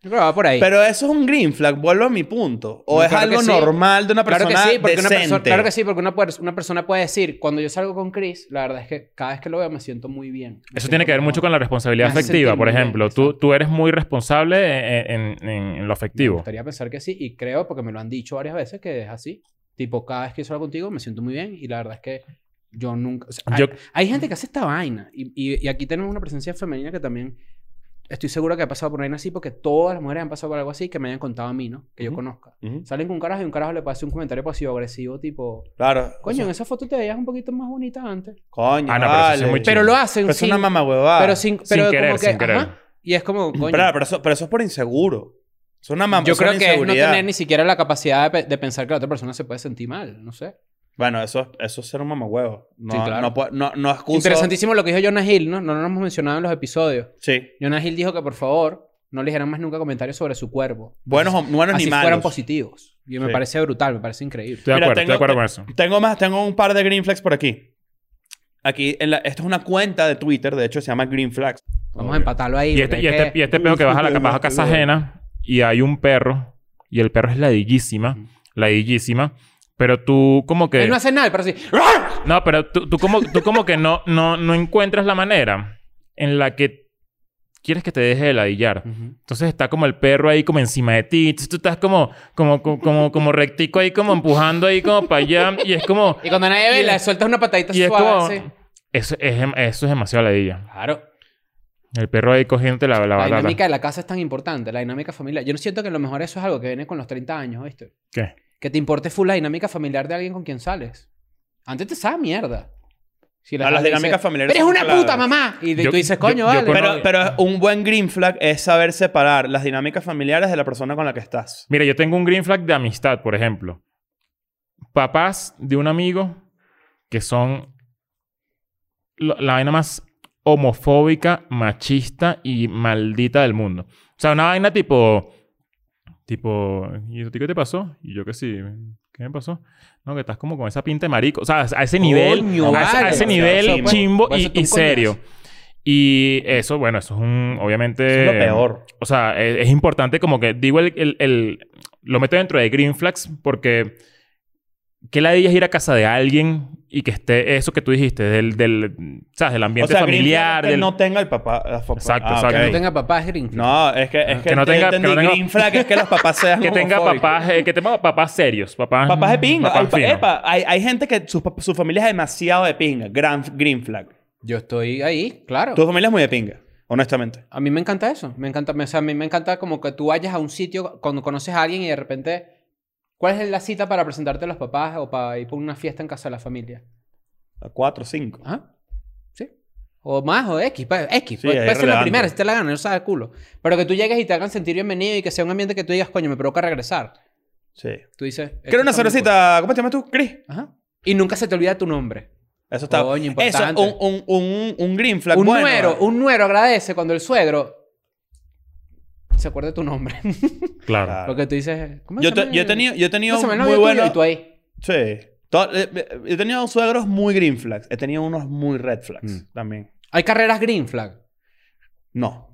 Yo creo que va por ahí.
Pero eso es un green flag, vuelvo a mi punto. O
No,
es
claro que
algo
sí.
normal de una persona
claro que sí, porque una
decente.
persona, claro que sí, porque una, puer- una persona puede decir, cuando yo salgo con Chris, la verdad es que cada vez que lo veo me siento muy bien. Me
Eso
siento
tiene que ver
como-
mucho con la responsabilidad
Me hace
afectiva,
sentir
por
muy bien,
ejemplo. Tú,
exacto.
tú eres muy responsable en, en- en- en lo
Me
afectivo.
gustaría pensar que sí, y creo, porque me lo han dicho varias veces, que es así. Tipo, cada vez que salgo contigo me siento muy bien, y la verdad es que yo nunca. o sea, hay,
Yo-
hay gente que hace esta vaina, y, y- y aquí tenemos una presencia femenina que también estoy seguro que ha pasado por una vaina así, porque todas las mujeres han pasado por algo así que me hayan contado a mí, ¿no? Que yo
Ujú.
conozca.
Ujú.
Salen con un carajo y un carajo le pasa un comentario pasivo-agresivo, tipo,
Claro.
coño, en esa foto te veías un poquito más bonita antes.
Coño,
Ah, no, pero eso
vale.
sí es muy
Pero
Sí.
lo hacen,
Pero eso
sin-
es una mamahuevada.
pero sin,
Sin
pero
querer,
como que,
sin querer.
ajá, y es como, coño.
Pero, pero eso, pero eso es por inseguro. Es una mamá.
Yo creo que es no tener ni siquiera la capacidad de, pe- de pensar que la otra persona se puede sentir mal, no sé.
Bueno, eso, es- eso es ser un mamahuevo. No,
Sí, claro.
no, puedo- no, no excuso-
Interesantísimo lo que dijo Jonah Hill, ¿no? No lo hemos mencionado en los episodios.
Sí.
Jonah Hill dijo que por favor no le dijeran más nunca comentarios sobre su cuerpo.
Buenos, o- buenos
Así
ni malos.
fueran positivos. Y me
Sí.
parece brutal, me parece increíble.
Estoy de
Mira,
acuerdo, estoy de
tengo-
acuerdo con eso.
Tengo más, tengo un par de green flags por aquí. Aquí, en la, esta es una cuenta de Twitter, de hecho se llama Green Flags.
Vamos a empatarlo ahí.
Y
porque
este, y,
es
este,
que-
y este peo que vas a la vas a casa ajena y hay un perro y el perro es ladillísima,
Ujú.
ladillísima, pero tú como que...
Él no hace nada, pero sí.
No, pero tú, tú como, tú como que no, no, no encuentras la manera en la que quieres que te deje de ladillar. Entonces está como el perro ahí como encima de ti. Entonces tú estás como, como, como, como, como rectico ahí, como empujando ahí como para allá. Y es como...
Y cuando nadie ve,
Y
le
es-
sueltas una patadita
Y es
suave.
como...
así.
Eso es, dem- eso es demasiado ladilla.
Claro.
El perro ahí cogiéndote la, la
La
batata.
dinámica de la casa es tan importante, la dinámica familiar. Yo no siento que a lo mejor eso es algo que viene con los 30 años, ¿viste?
¿Qué?
Que te importe full la dinámica familiar de alguien con quien sales. Antes te sabes mierda. Si
No, Ah, las
gente
dinámicas
dice,
familiares
¡Eres
son
una
claves".
puta mamá! Y de-
Yo-
tú dices,
yo-
coño,
yo
vale.
conozco-
Pero, pero un buen green flag es saber separar las dinámicas familiares de la persona con la que estás.
Mira, yo tengo un green flag de amistad, por ejemplo. Papás de un amigo que son lo- la vaina más homofóbica, machista y maldita del mundo. O sea, una vaina tipo... Tipo, ¿y a ti qué te pasó? Y yo que sí, ¿qué me pasó? No, que estás como con esa pinta de marico. O sea, a ese nivel,
Coño,
a, ese- a
vale.
ese
Sí,
nivel
bueno,
chimbo
por eso
y,
tú
y
un coñazo.
serio. Y eso, bueno, eso es un, obviamente...
Eso es lo peor.
O sea, eh, es, es importante como que digo el, el- el- lo meto dentro de green flags porque qué ladilla es ir a casa de alguien y que esté eso que tú dijiste del, del sabes, del
O
ambiente
sea, green flag es
familiar,
que
del
no tenga el papá. la fa-
Exacto,
Ah,
exacto.
Que
ok.
no tenga papá es gringo.
No, es que, es que,
Que no
yo
tenga- que
entendí
no tenga-
green flag es que los papás sean
que tenga
homofóbicos.
papás, eh, que tenga papás serios, papás
Papás de pinga.
papás
Ay, pa-
finos.
epa, hay, hay gente que su, pap- su familia es demasiado de pinga. Gran green flag.
Yo estoy ahí, claro.
Tu familia es muy de pinga, honestamente.
A mí me encanta eso. Me encanta, me- o sea, a mí me encanta como que tú vayas a un sitio cuando conoces a alguien y de repente... ¿Cuál es la cita para presentarte a los papás o para ir por una fiesta en casa de la familia?
A cuatro, cinco.
Ajá. Ah, Sí. O más, o X. pa- X.
Sí,
puede
es
puede ser la
relevante.
primera, si te la gana, no sabes culo. Pero que tú llegues y te hagan sentir bienvenido y que sea un ambiente que tú digas, coño, me provoca regresar.
Sí.
Tú dices. "Esto
Quiero una
está muy
cervecita. ¿Cómo te llamas tú? Chris.
cool". Ajá. Y nunca se te olvida tu nombre.
Eso está.
Coño, importante.
Eso, un, un, un, un green flag.
un
bueno.
nuero, un nuero agradece cuando el suegro se acuerda de tu nombre.
Claro.
Claro.
Porque tú dices. ¿cómo
Yo,
se
te-
llama
yo he
el-
tenido, yo he tenido
¿cómo se llama el
muy
novio tuyo?
buenos.
Y tú ahí.
Sí. To- eh, eh, Yo he tenido suegros muy green flags. He tenido unos muy red flags
Mm.
también.
Hay carreras green flag.
No.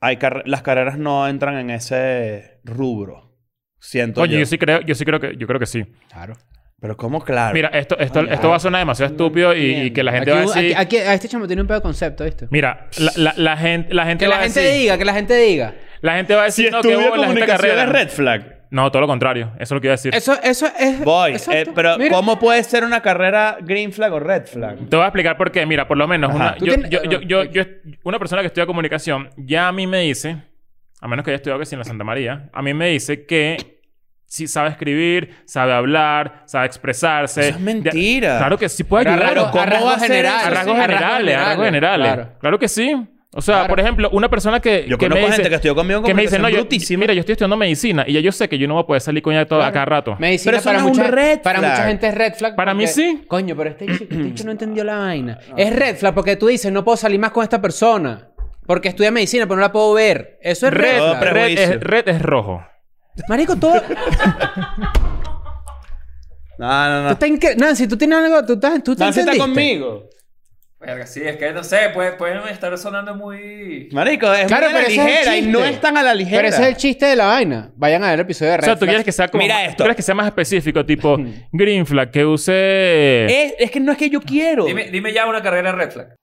Hay carre- las carreras no entran en ese rubro. Siento
Coño,
yo.
yo sí creo, yo sí creo que, yo creo que sí.
Claro.
Pero ¿cómo claro?
Mira, esto, esto,
Coño,
esto va a sonar demasiado estúpido y, y que la gente va a decir.
a este chamo tiene un pedo de concepto, ¿viste?
Mira, la, la, la gente, la gente
Que la
va a
gente
decir,
diga, que la gente diga.
la gente va a decir,
si
no, que
estudia
hubo en esta
comunicación
carrera.
es red flag.
No, todo lo contrario. Eso es lo que iba a decir.
Eso, eso es.
Voy.
Exacto.
Eh, pero
Mira.
¿cómo puede ser una carrera green flag o red flag?
Te voy a explicar por qué. Mira, por lo menos
Ajá.
una,
Tú
yo,
tienes-
yo-
ah,
yo-
no,
yo-
ok.
yo est- una persona que estudia comunicación ya a mí me dice, a menos que haya estudiado que sí en la Santa María, a mí me dice que si sabe escribir, sabe hablar, sabe expresarse.
Eso es mentira.
De- claro que sí puede
Pero
ayudar.
a rasgos-
¿cómo
a rasgos
va a ser
generales,
a
eso?
rasgos
sí,
generales, a rasgos generales. Claro.
Claro.
que sí. O sea,
Claro.
por ejemplo, una persona que,
Yo
que me
conozco
dice,
gente que estudió conmigo
que me dice,
comunicación
no, yo,
brutísima.
mira, yo estoy estudiando medicina y ya yo sé que yo no voy a poder salir con ella todo a
Claro.
cada rato.
Medicina
Pero eso no
para,
es un
mucha,
red
para mucha
flag.
gente es red flag.
Para mí
porque,
sí.
Coño, pero este bicho, este bicho no entendió la vaina. Es red flag porque tú dices, no puedo salir más con esta persona. Porque estudia medicina, pero no la puedo ver. Eso es
Red,
red.
Todo
flag.
pre-
Red
Prejuicio.
es, red es rojo.
Marico, todo.
No, no,
tú
no.
estás incre- Nancy, tú tienes algo. Tú estás. Tú te
Nancy está
entendiste?
conmigo.
Verga, sí, es que no sé, pueden, pueden estar sonando muy.
Marico, es
Claro,
muy a la
pero ese es el
ligera y no
chiste.
es tan a la ligera.
Pero ese es el chiste de la vaina. Vayan a ver el episodio de
O
Red.
sea, tú
Flags.
quieres que sea como...
Mira
tú
esto.
quieres que sea más específico, tipo Green Flag, que
Eh.
use
Es, es que no es que yo quiero.
Dime, dime ya una carrera red flag.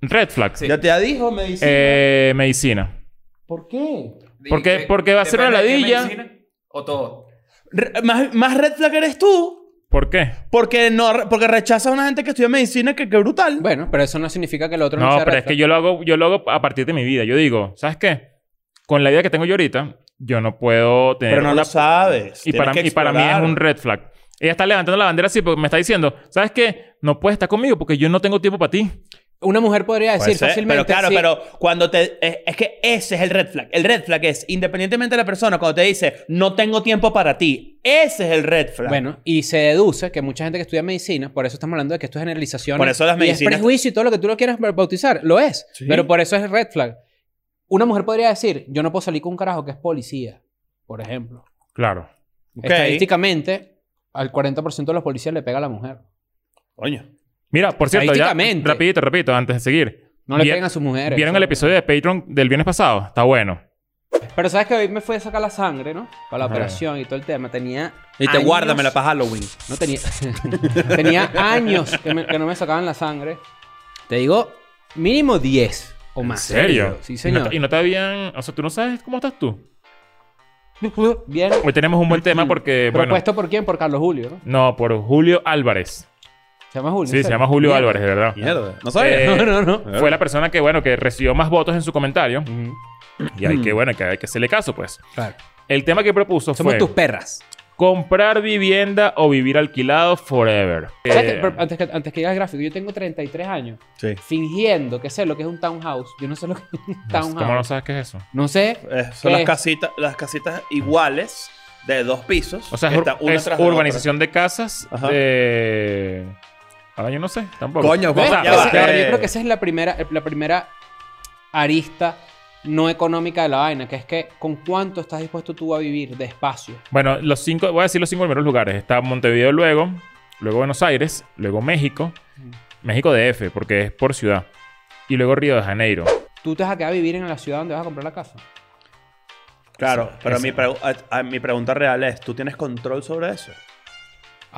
Red Flag.
Sí.
Ya te la dijo, me dice.
Eh, medicina.
¿Por qué?
Porque-
Y que-
porque va a ser una
depende de qué
ladilla.
medicina O todo.
Re- más, más red flag eres tú.
¿Por qué?
Porque, no, re- porque rechazas a una gente que estudia medicina que, que brutal.
Bueno, pero eso no significa que el otro no,
No,
sea
pero
red
es
flag.
que yo lo hago, yo lo hago a partir de mi vida. Yo digo, ¿sabes qué? Con la idea que tengo yo ahorita, yo no puedo tener
pero no
Eh, una-
lo sabes.
y para, y para mí es un red flag. Ella está levantando la bandera así porque me está diciendo, ¿sabes qué? No puedes estar conmigo porque yo no tengo tiempo para ti.
Una mujer podría
Puede
decir
ser,
fácilmente.
Pero claro,
sí.
pero cuando te. eh, Es, es que ese es el red flag. El red flag es, independientemente de la persona, cuando te dice, no tengo tiempo para ti. Ese es el red flag.
Bueno, y se deduce que mucha gente que estudia medicina, por eso estamos hablando de que esto es generalización.
Por eso las
Y
medicinas-
es prejuicio y todo lo que tú lo quieras bautizar, lo es.
Sí.
Pero por eso es red flag. Una mujer podría decir, yo no puedo salir con un carajo que es policía, por ejemplo.
Claro.
Ok.
Estadísticamente, al 40% de los policías le pega a la mujer.
Coño.
Mira, por cierto, ya,
Estadísticamente.
rapidito, repito, antes de seguir.
No le
Bien-
pegan a sus mujeres.
¿Vieron
¿sabes?
el episodio de Patreon del viernes pasado? Está bueno.
Pero sabes que hoy me fue a sacar la sangre, ¿no? Para la
Ah.
operación y todo el tema. Tenía.
Y te
años-
guárdamela para Halloween.
No tenía. tenía años que, me- que no me sacaban la sangre. Te digo, mínimo 10 o
¿En
más.
serio?
Sí,
¿Y no
señor.
te- ¿Y no te habían... O sea, tú no sabes cómo estás tú?
Bien.
Hoy tenemos un buen tema porque, Eh, bueno...
¿Propuesto por quién? Por Carlos Julio, ¿no?
No, por Julio Álvarez.
Se llama Julio.
Sí, se
¿en serio?
llama Julio
Bien.
Álvarez, de verdad.
Mierda. No sabía.
Eh,
No, no, no.
Fue la persona que, bueno, que recibió más votos en su comentario. Y hay que, bueno, que hay que hacerle caso, pues.
Claro.
El tema que propuso
Mm. Somos
fue
tus perras.
comprar vivienda o vivir alquilado forever.
¿Sabes
Eh,
qué? Pero antes, que, antes que digas el gráfico, yo tengo 33 años
Sí.
fingiendo que sé lo que es un townhouse. Yo no sé lo que es un townhouse.
¿Cómo no sabes qué es eso?
No sé.
Eh, son
¿Qué
las
es?
casitas, las casitas iguales de dos pisos.
O sea, es,
que está
ur-
una
es
tras la
urbanización de casas
Ajá.
de... Ahora yo no sé, tampoco.
Coño,
¿Ves?
ya
Ese-
va.
ahora yo
Eh.
creo que esa es la primera, la primera arista no económica de la vaina, que es que con cuánto estás dispuesto tú a vivir de espacio.
Bueno, los cinco... Voy a decir los cinco primeros lugares. Está Montevideo luego, luego Buenos Aires, luego México. México DF, porque es por ciudad. Y luego Río de Janeiro.
Tú te vas a quedar a vivir en la ciudad donde vas a comprar la casa.
otra. Claro,
Esa-
pero
esa.
mi, pregu- a- a- mi pregunta real es, ¿tú tienes control sobre eso?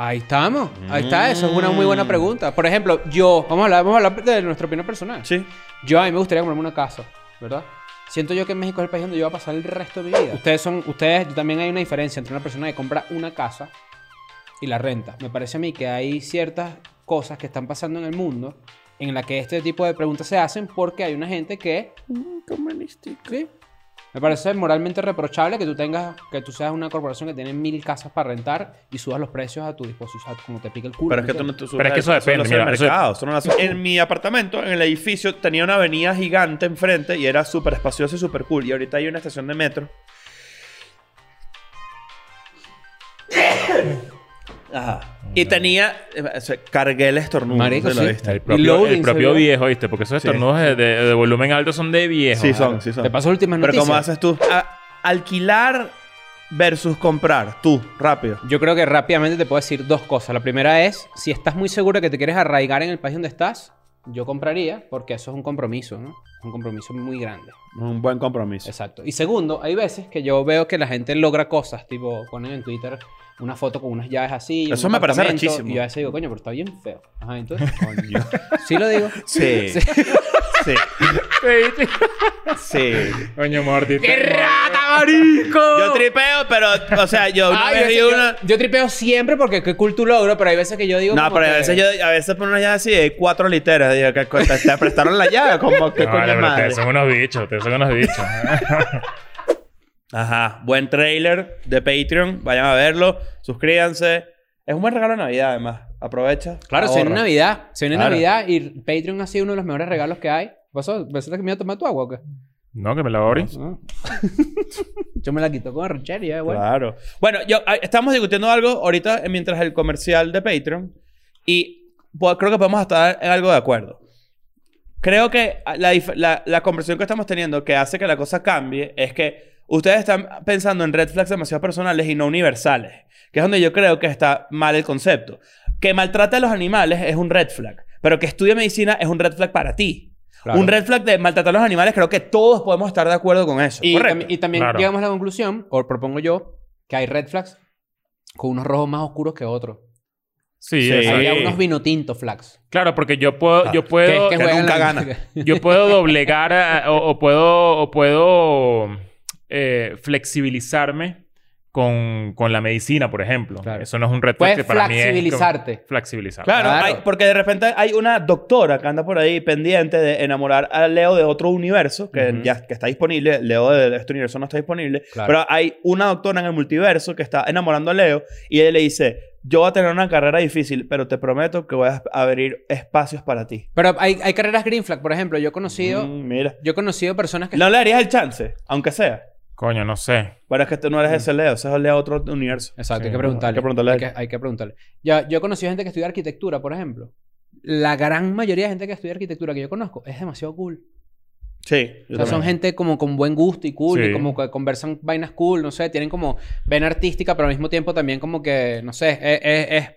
Ahí estamos. Ahí está. Eso es una muy
Mm.
buena pregunta. Por ejemplo, yo, vamos a hablar, vamos a hablar de nuestra opinión personal.
Sí.
Yo a mí me gustaría comprarme una casa, ¿verdad? Siento yo que México es el país donde yo voy a pasar el resto de mi vida. Ustedes son, ustedes también hay una diferencia entre una persona que compra una casa y la renta. Me parece a mí que hay ciertas cosas que están pasando en el mundo en la que este tipo de preguntas se hacen porque hay una gente que sí. Me parece moralmente reprochable que tú tengas, que tú seas una corporación que tiene mil casas para rentar y subas los precios a tu disposición, a- como te pique el culo.
Pero es que tú
¿entiendes?
no te
Pero es que eso depende,
no lo hace el
mira, eso-
mercado, eso no lo hace- En mi apartamento, en el edificio, tenía una avenida gigante enfrente y era súper espacioso y súper cool. Y ahorita hay una estación de metro. Ajá. Y tenía. eh, o sea, cargué el estornudo.
Marico,
no sé si lo
sí.
viste.
El propio, el
loading se
propio
vio.
viejo, ¿viste? Porque esos
Sí.
estornudos de, de- de volumen alto son de viejo.
Sí, son, sí son.
Te paso últimas
Pero
noticias.
¿cómo haces tú? A- alquilar versus comprar. Tú, rápido.
Yo creo que rápidamente te puedo decir dos cosas. La primera es, si estás muy seguro que te quieres arraigar en el país donde estás, yo compraría, porque eso es un compromiso, ¿no? Un compromiso muy grande.
Un buen compromiso.
Exacto. Y segundo, hay veces que yo veo que la gente logra cosas, tipo ponen en Twitter una foto con unas llaves así. un
Eso me parece
apartamento,
rechísimo.
Y yo a veces digo, coño, pero está bien feo. Ajá, entonces, coño. Sí lo digo.
Sí. Sí. Sí.
Coño, Morty. ¡Qué
marico!
Yo tripeo, pero, o sea, yo una
Ay,
vez vi
yo,
una.
yo tripeo siempre porque qué cool tu logro, pero hay veces que yo digo.
No,
como
pero a
que-
veces yo, a veces ponen una llave así de cuatro literas. Digo, que co- te, te prestaron la llave, como que coño madre.
ustedes son unos bichos, ustedes son unos bichos.
Ajá, buen trailer de Patreon. Vayan a verlo, suscríbanse. Es un buen regalo de Navidad, además. Aprovecha.
Claro, se viene
ahorra.
Navidad. Se viene
Claro.
Navidad y Patreon ha sido uno de los mejores regalos que hay. ¿Pasó? ¿Pensaste que me iba a tomar tu agua o qué?
no, que me la abrí.
No. Yo me la quito con arrochería, güey.
Claro. Bueno, yo, ah, estamos discutiendo algo ahorita eh, mientras el comercial de Patreon. Y po- creo que podemos estar en algo de acuerdo. Creo que ah, la, dif- la- la conversación que estamos teniendo que hace que la cosa cambie es que ustedes están pensando en red flags demasiado personales y no universales, que es donde yo creo que está mal el concepto. Que maltrate a los animales es un red flag, pero que estudie medicina es un red flag para ti.
Claro.
Un red flag de maltratar a los animales, creo que todos podemos estar de acuerdo con eso.
Y,
correcto.
tambi- y también
Claro.
llegamos a la conclusión, o propongo yo, que hay red flags con unos rojos más oscuros que otros.
Sí,
Sí.
exacto.
Había unos vino tinto flags.
Claro, porque yo puedo, yo
que es
puedo,
que
que
juegan
nunca
la-
gana.
yo puedo doblegar a- o, o puedo, o puedo eh, flexibilizarme con, con la medicina, por ejemplo.
Claro.
Eso no es un
Este
reto
Puedes
que para mí es como-
flexibilizarte.
Flexibilizar.
Claro,
Claro.
hay- porque de repente hay una doctora que anda por ahí pendiente de enamorar a Leo de otro universo que
Ujú.
ya que está disponible. Leo de este universo no está disponible.
Claro.
Pero hay una doctora en el multiverso que está enamorando a Leo y ella le dice: Yo voy a tener una carrera difícil, pero te prometo que voy a abrir espacios para ti.
Pero hay, hay carreras green flag, por ejemplo. Yo he conocido,
Mm, mira.
yo he conocido personas que...
No le darías el chance, aunque sea.
Coño, no sé.
Pero es que tú no
Mm.
eres ese Leo, ese es el Leo de otro universo.
Exacto,
Sí,
hay que preguntarle.
hay que preguntarle.
Hay que, hay que preguntarle. Ya, yo he conocido gente que estudia arquitectura, por ejemplo. La gran mayoría de gente que estudia arquitectura que yo conozco es demasiado cool.
Sí.
O
yo
sea,
también.
son gente como con buen gusto y cool,
Sí.
y como que conversan vainas cool, no sé, tienen como vena artística, pero al mismo tiempo también como que, no sé, es, es, es,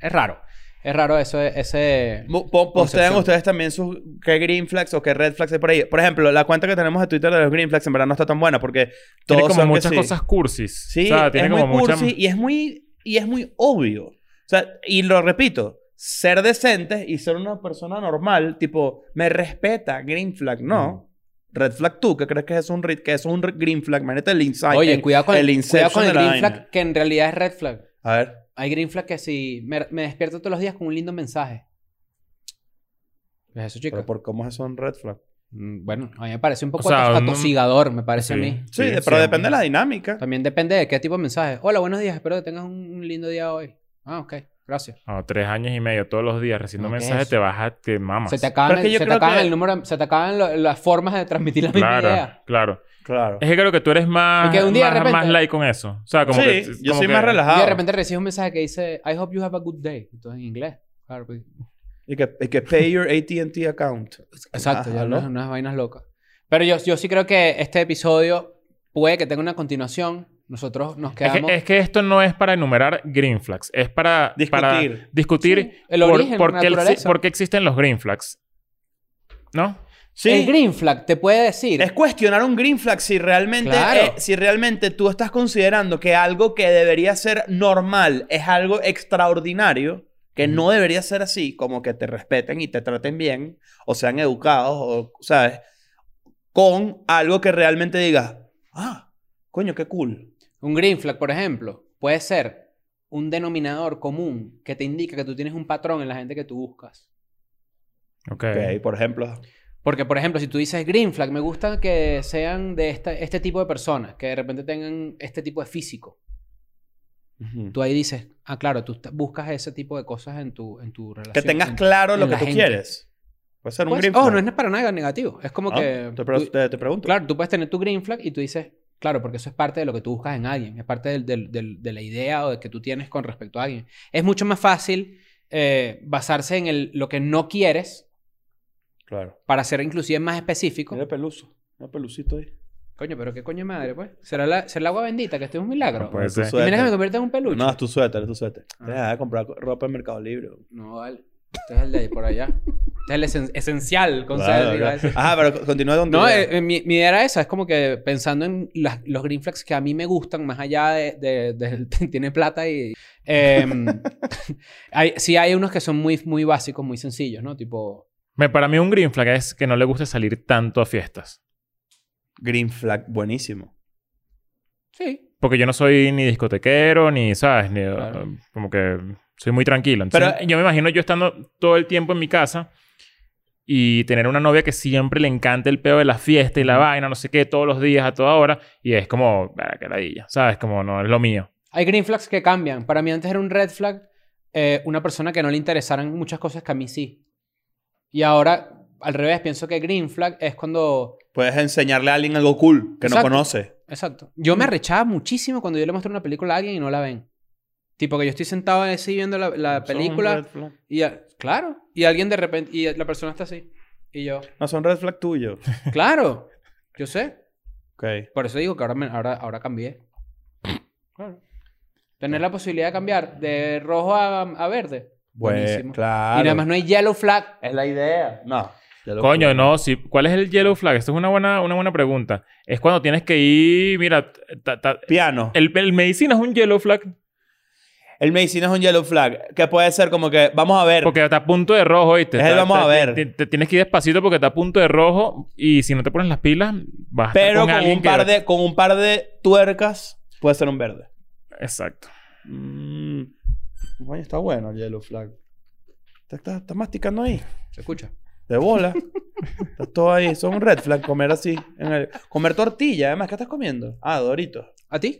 es raro. Es raro eso, ese...
Mo- po- Postean
Concepción.
ustedes también sus qué green flags o qué red flags hay por ahí. Por ejemplo, la cuenta que tenemos de Twitter de los green flags en verdad no está tan buena porque todos
Tiene como
son que
muchas
sí.
cosas cursis.
Sí,
o sea, tiene
es
como
muy
muchas.
cursi y es muy y es muy obvio. O sea, y lo repito, ser decentes y ser una persona normal, tipo me respeta, green flag, no. Red flag tú, que crees que es un red, que es un re- green flag, imagínate el insight.
Oye,
el-
cuidado con el, cuidado
inception
con el
de la
green
vaina.
flag, que en realidad es red flag.
A ver,
Hay green flag que si me, me despierto todos los días con un lindo mensaje. ¿Qué es eso, chico?
pero por cómo es eso un red flag.
Mm, Bueno, a mí me parece un poco
O sea,
ato-
no-
atosigador, me parece a mí.
sí,
Sí, de-
sí,
pero
a mí.
depende de la dinámica.
También depende de qué tipo de mensaje. Hola, buenos días, espero que tengas un, un lindo día hoy. Ah, ok, gracias.
No, tres años y medio todos los días recibiendo
No, ¿qué
mensajes,
es?
te bajas, te mamas.
Se te
Pero
acaban,
es que
el-
yo
se te
creo
acaban
que-
el número, se te acaban lo- las formas de transmitir la misma
Claro,
idea.
claro.
Claro.
Es que creo que tú eres más,
Y que un día de
más,
repente-
más light con eso. O sea, como
sí,
que...
yo
como
soy
que-
más
Y
relajado.
de repente recibes un mensaje que dice, I hope you have a good day. Entonces en inglés. Claro, pues.
Y que, y que pay your ATT account.
Exacto,
Ajá,
ya
¿no?
unas, unas vainas locas. Pero yo, yo sí creo que este episodio puede que tenga una continuación. Nosotros nos
Es
quedamos.
que, es que esto no es para enumerar green flags, es para
Discutir.
para discutir
Sí, el origen,
porque el-
naturaleza.
por qué existen los green flags. ¿No?
Sí.
El green flag te puede decir.
Es cuestionar un green flag si realmente,
Claro.
eh, si realmente tú estás considerando que algo que debería ser normal es algo extraordinario, que no debería ser así, como que te respeten y te traten bien, o sean educados, o, ¿sabes? Con algo que realmente digas, ah, coño, qué cool.
Un green flag, por ejemplo, puede ser un denominador común que te indica que tú tienes un patrón en la gente que tú buscas.
Ok.
Ok, por ejemplo.
Porque, por ejemplo, si tú dices green flag, me gusta que sean de esta- este tipo de personas, que de repente tengan este tipo de físico. Tú ahí dices, ah, claro, tú te- buscas ese tipo de cosas en tu, en tu relación.
Que tengas
en-
claro lo
en
que
la
tú
gente.
quieres. Puede ser un
Pues,
green flag.
oh, no es para nada negativo. Es como
Ah,
que...
te, pre-
tú-
te- te pregunto.
Claro, tú puedes tener tu green flag y tú dices, claro, porque eso es parte de lo que tú buscas en alguien, es parte del- del- del- de la idea o de que tú tienes con respecto a alguien. Es mucho más fácil eh, basarse en el- lo que no quieres
Claro.
para ser inclusive más específico.
Mira el peluso. Mira el pelucito ahí.
Coño, pero qué coño de madre, pues. ¿Será, la, será el agua bendita, que esto es un milagro?
No puede
Tu
ser.
Y mira que me
suéter.
convierta en un peluche.
No,
No,
es tu suéter, es tu suéter.
Ah.
Deja de comprar co- ropa en Mercado Libre. bro.
vale. Este es el de por allá. Este es el esen- esencial concepto.
Claro,
iba a
claro.
decir.
Ajá, pero co- continúa donde.
No, eh, eh, mi, mi idea era esa. Es como que pensando en las- los green flags que a mí me gustan, más allá de... de- de- tiene plata y... em, hay- sí hay unos que son muy, muy básicos, muy sencillos, ¿no? Tipo...
Me- para mí un green flag es que no le gusta salir tanto a fiestas.
Green flag, buenísimo.
Sí.
Porque yo no soy ni discotequero, ni, ¿sabes? Ni,
Claro.
eh, como que soy muy tranquilo. Entonces,
Pero-
yo me imagino yo estando todo el tiempo en mi casa y tener una novia que siempre le encanta el pedo de la fiesta y la vaina, no sé qué, todos los días, a toda hora. Y es como, "Ah, qué ladilla, ¿sabes? Como no es lo mío.
Hay green flags que cambian. Para mí antes era un red flag eh, una persona que no le interesaran muchas cosas que a mí sí. Y ahora, al revés, pienso que green flag es cuando...
Puedes enseñarle a alguien algo cool que no
Exacto.
conoce.
Exacto. Yo me arrechaba muchísimo cuando yo le muestro una película a alguien y no la ven. Tipo que yo estoy sentado así viendo la, la película... Y a- claro, y alguien de repente, y la persona está así. Y yo,
No, son red flag tuyos.
claro, yo sé.
Ok.
Por eso digo que ahora, me- ahora, ahora cambié. Claro. Tener la posibilidad de cambiar de rojo a, a verde.
Bueno,
Buenísimo.
claro.
Y nada más no hay yellow flag.
Es la idea. No. ya lo
Coño,
fui.
no, sí. ¿Cuál es el yellow flag? Esto es una buena, una buena pregunta. Es cuando tienes que ir, mira, ta- ta-
Piano.
el, el medicina es un yellow flag
El medicina es un yellow flag. Que puede ser como que, vamos a ver.
porque está a punto de rojo, ¿viste?
Es el
Está-
vamos
está-
a ver.
Te, te tienes que ir despacito porque está a punto de rojo y si no te pones las pilas, vas a estar
pero con,
alguien
un par de, con un par de tuercas puede ser un verde.
que... Exacto.
Mm. Coño, está bueno el yellow flag. Te estás estás masticando ahí.
¿Se escucha?
De bola. estás todo ahí. Eso es un red flag. Comer así. en el- Comer tortilla. Además, ¿qué estás comiendo? Ah, Doritos.
¿A ti?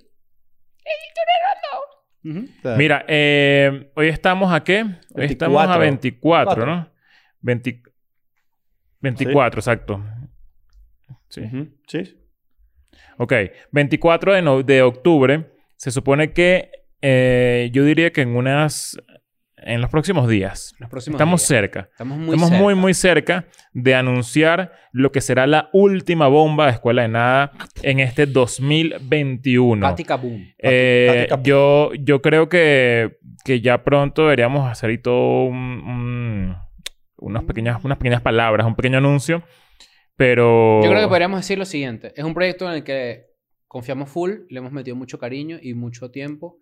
Ujú.
Ah.
Mira, eh, hoy estamos a qué? Hoy estamos a 24, ¿no? 20 24, exacto. Sí.
Ujú, Sí.
Ok, 24 de, no- de octubre. Se supone que eh, yo diría que en unas. En los próximos días.
Los próximos
estamos
días.
cerca.
Estamos muy
estamos
cerca.
muy, muy cerca de anunciar lo que será la última bomba de Escuela de Nada en este 2021.
Pática boom.
Eh,
Pati Cap-
yo, yo creo que, que ya pronto deberíamos hacer y todo un- un-
Mm.
unas, pequeñas, unas pequeñas palabras, un pequeño anuncio. Pero.
Yo creo que podríamos decir lo siguiente. Es un proyecto en el que confiamos full, le hemos metido mucho cariño y mucho tiempo.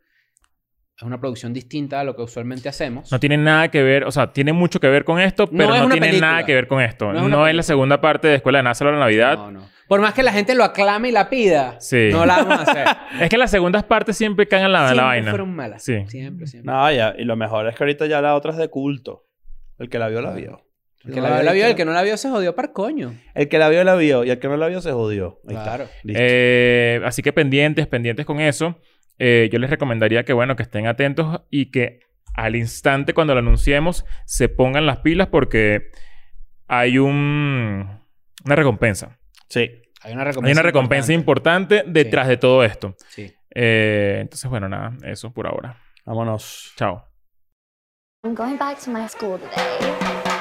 Es una producción distinta a lo que usualmente hacemos.
No tiene nada que ver, o sea, tiene mucho que ver con esto,
No
pero
es
no,
una
tiene
película.
nada que ver con esto.
No es
No
una
es, la
película.
segunda parte de Escuela de Nada sobre la Navidad.
No, no. Por más que la gente lo aclame y la pida,
Sí.
no la vamos a hacer.
Es que las segundas partes siempre caen en la, la
siempre
vaina.
fueron malas.
Sí.
Siempre, siempre.
No, ya. Y lo mejor es que ahorita ya la otra es de culto. El que la vio, la vio.
El que la vio, la vio. El que no la vio se jodió par coño.
El que la vio, la vio. Y el que no la vio, se jodió. Ahí
Claro.
está. Listo.
Eh, así que pendientes, pendientes con eso. Eh, yo les recomendaría que, bueno, que estén atentos y que al instante cuando lo anunciemos se pongan las pilas porque hay un, una recompensa.
Sí.
Hay una recompensa.
Hay una recompensa importante, detrás de todo esto.
Sí.
Eh, entonces, bueno, nada, eso por ahora.
Vámonos.
Chao.
I'm going back to my school today.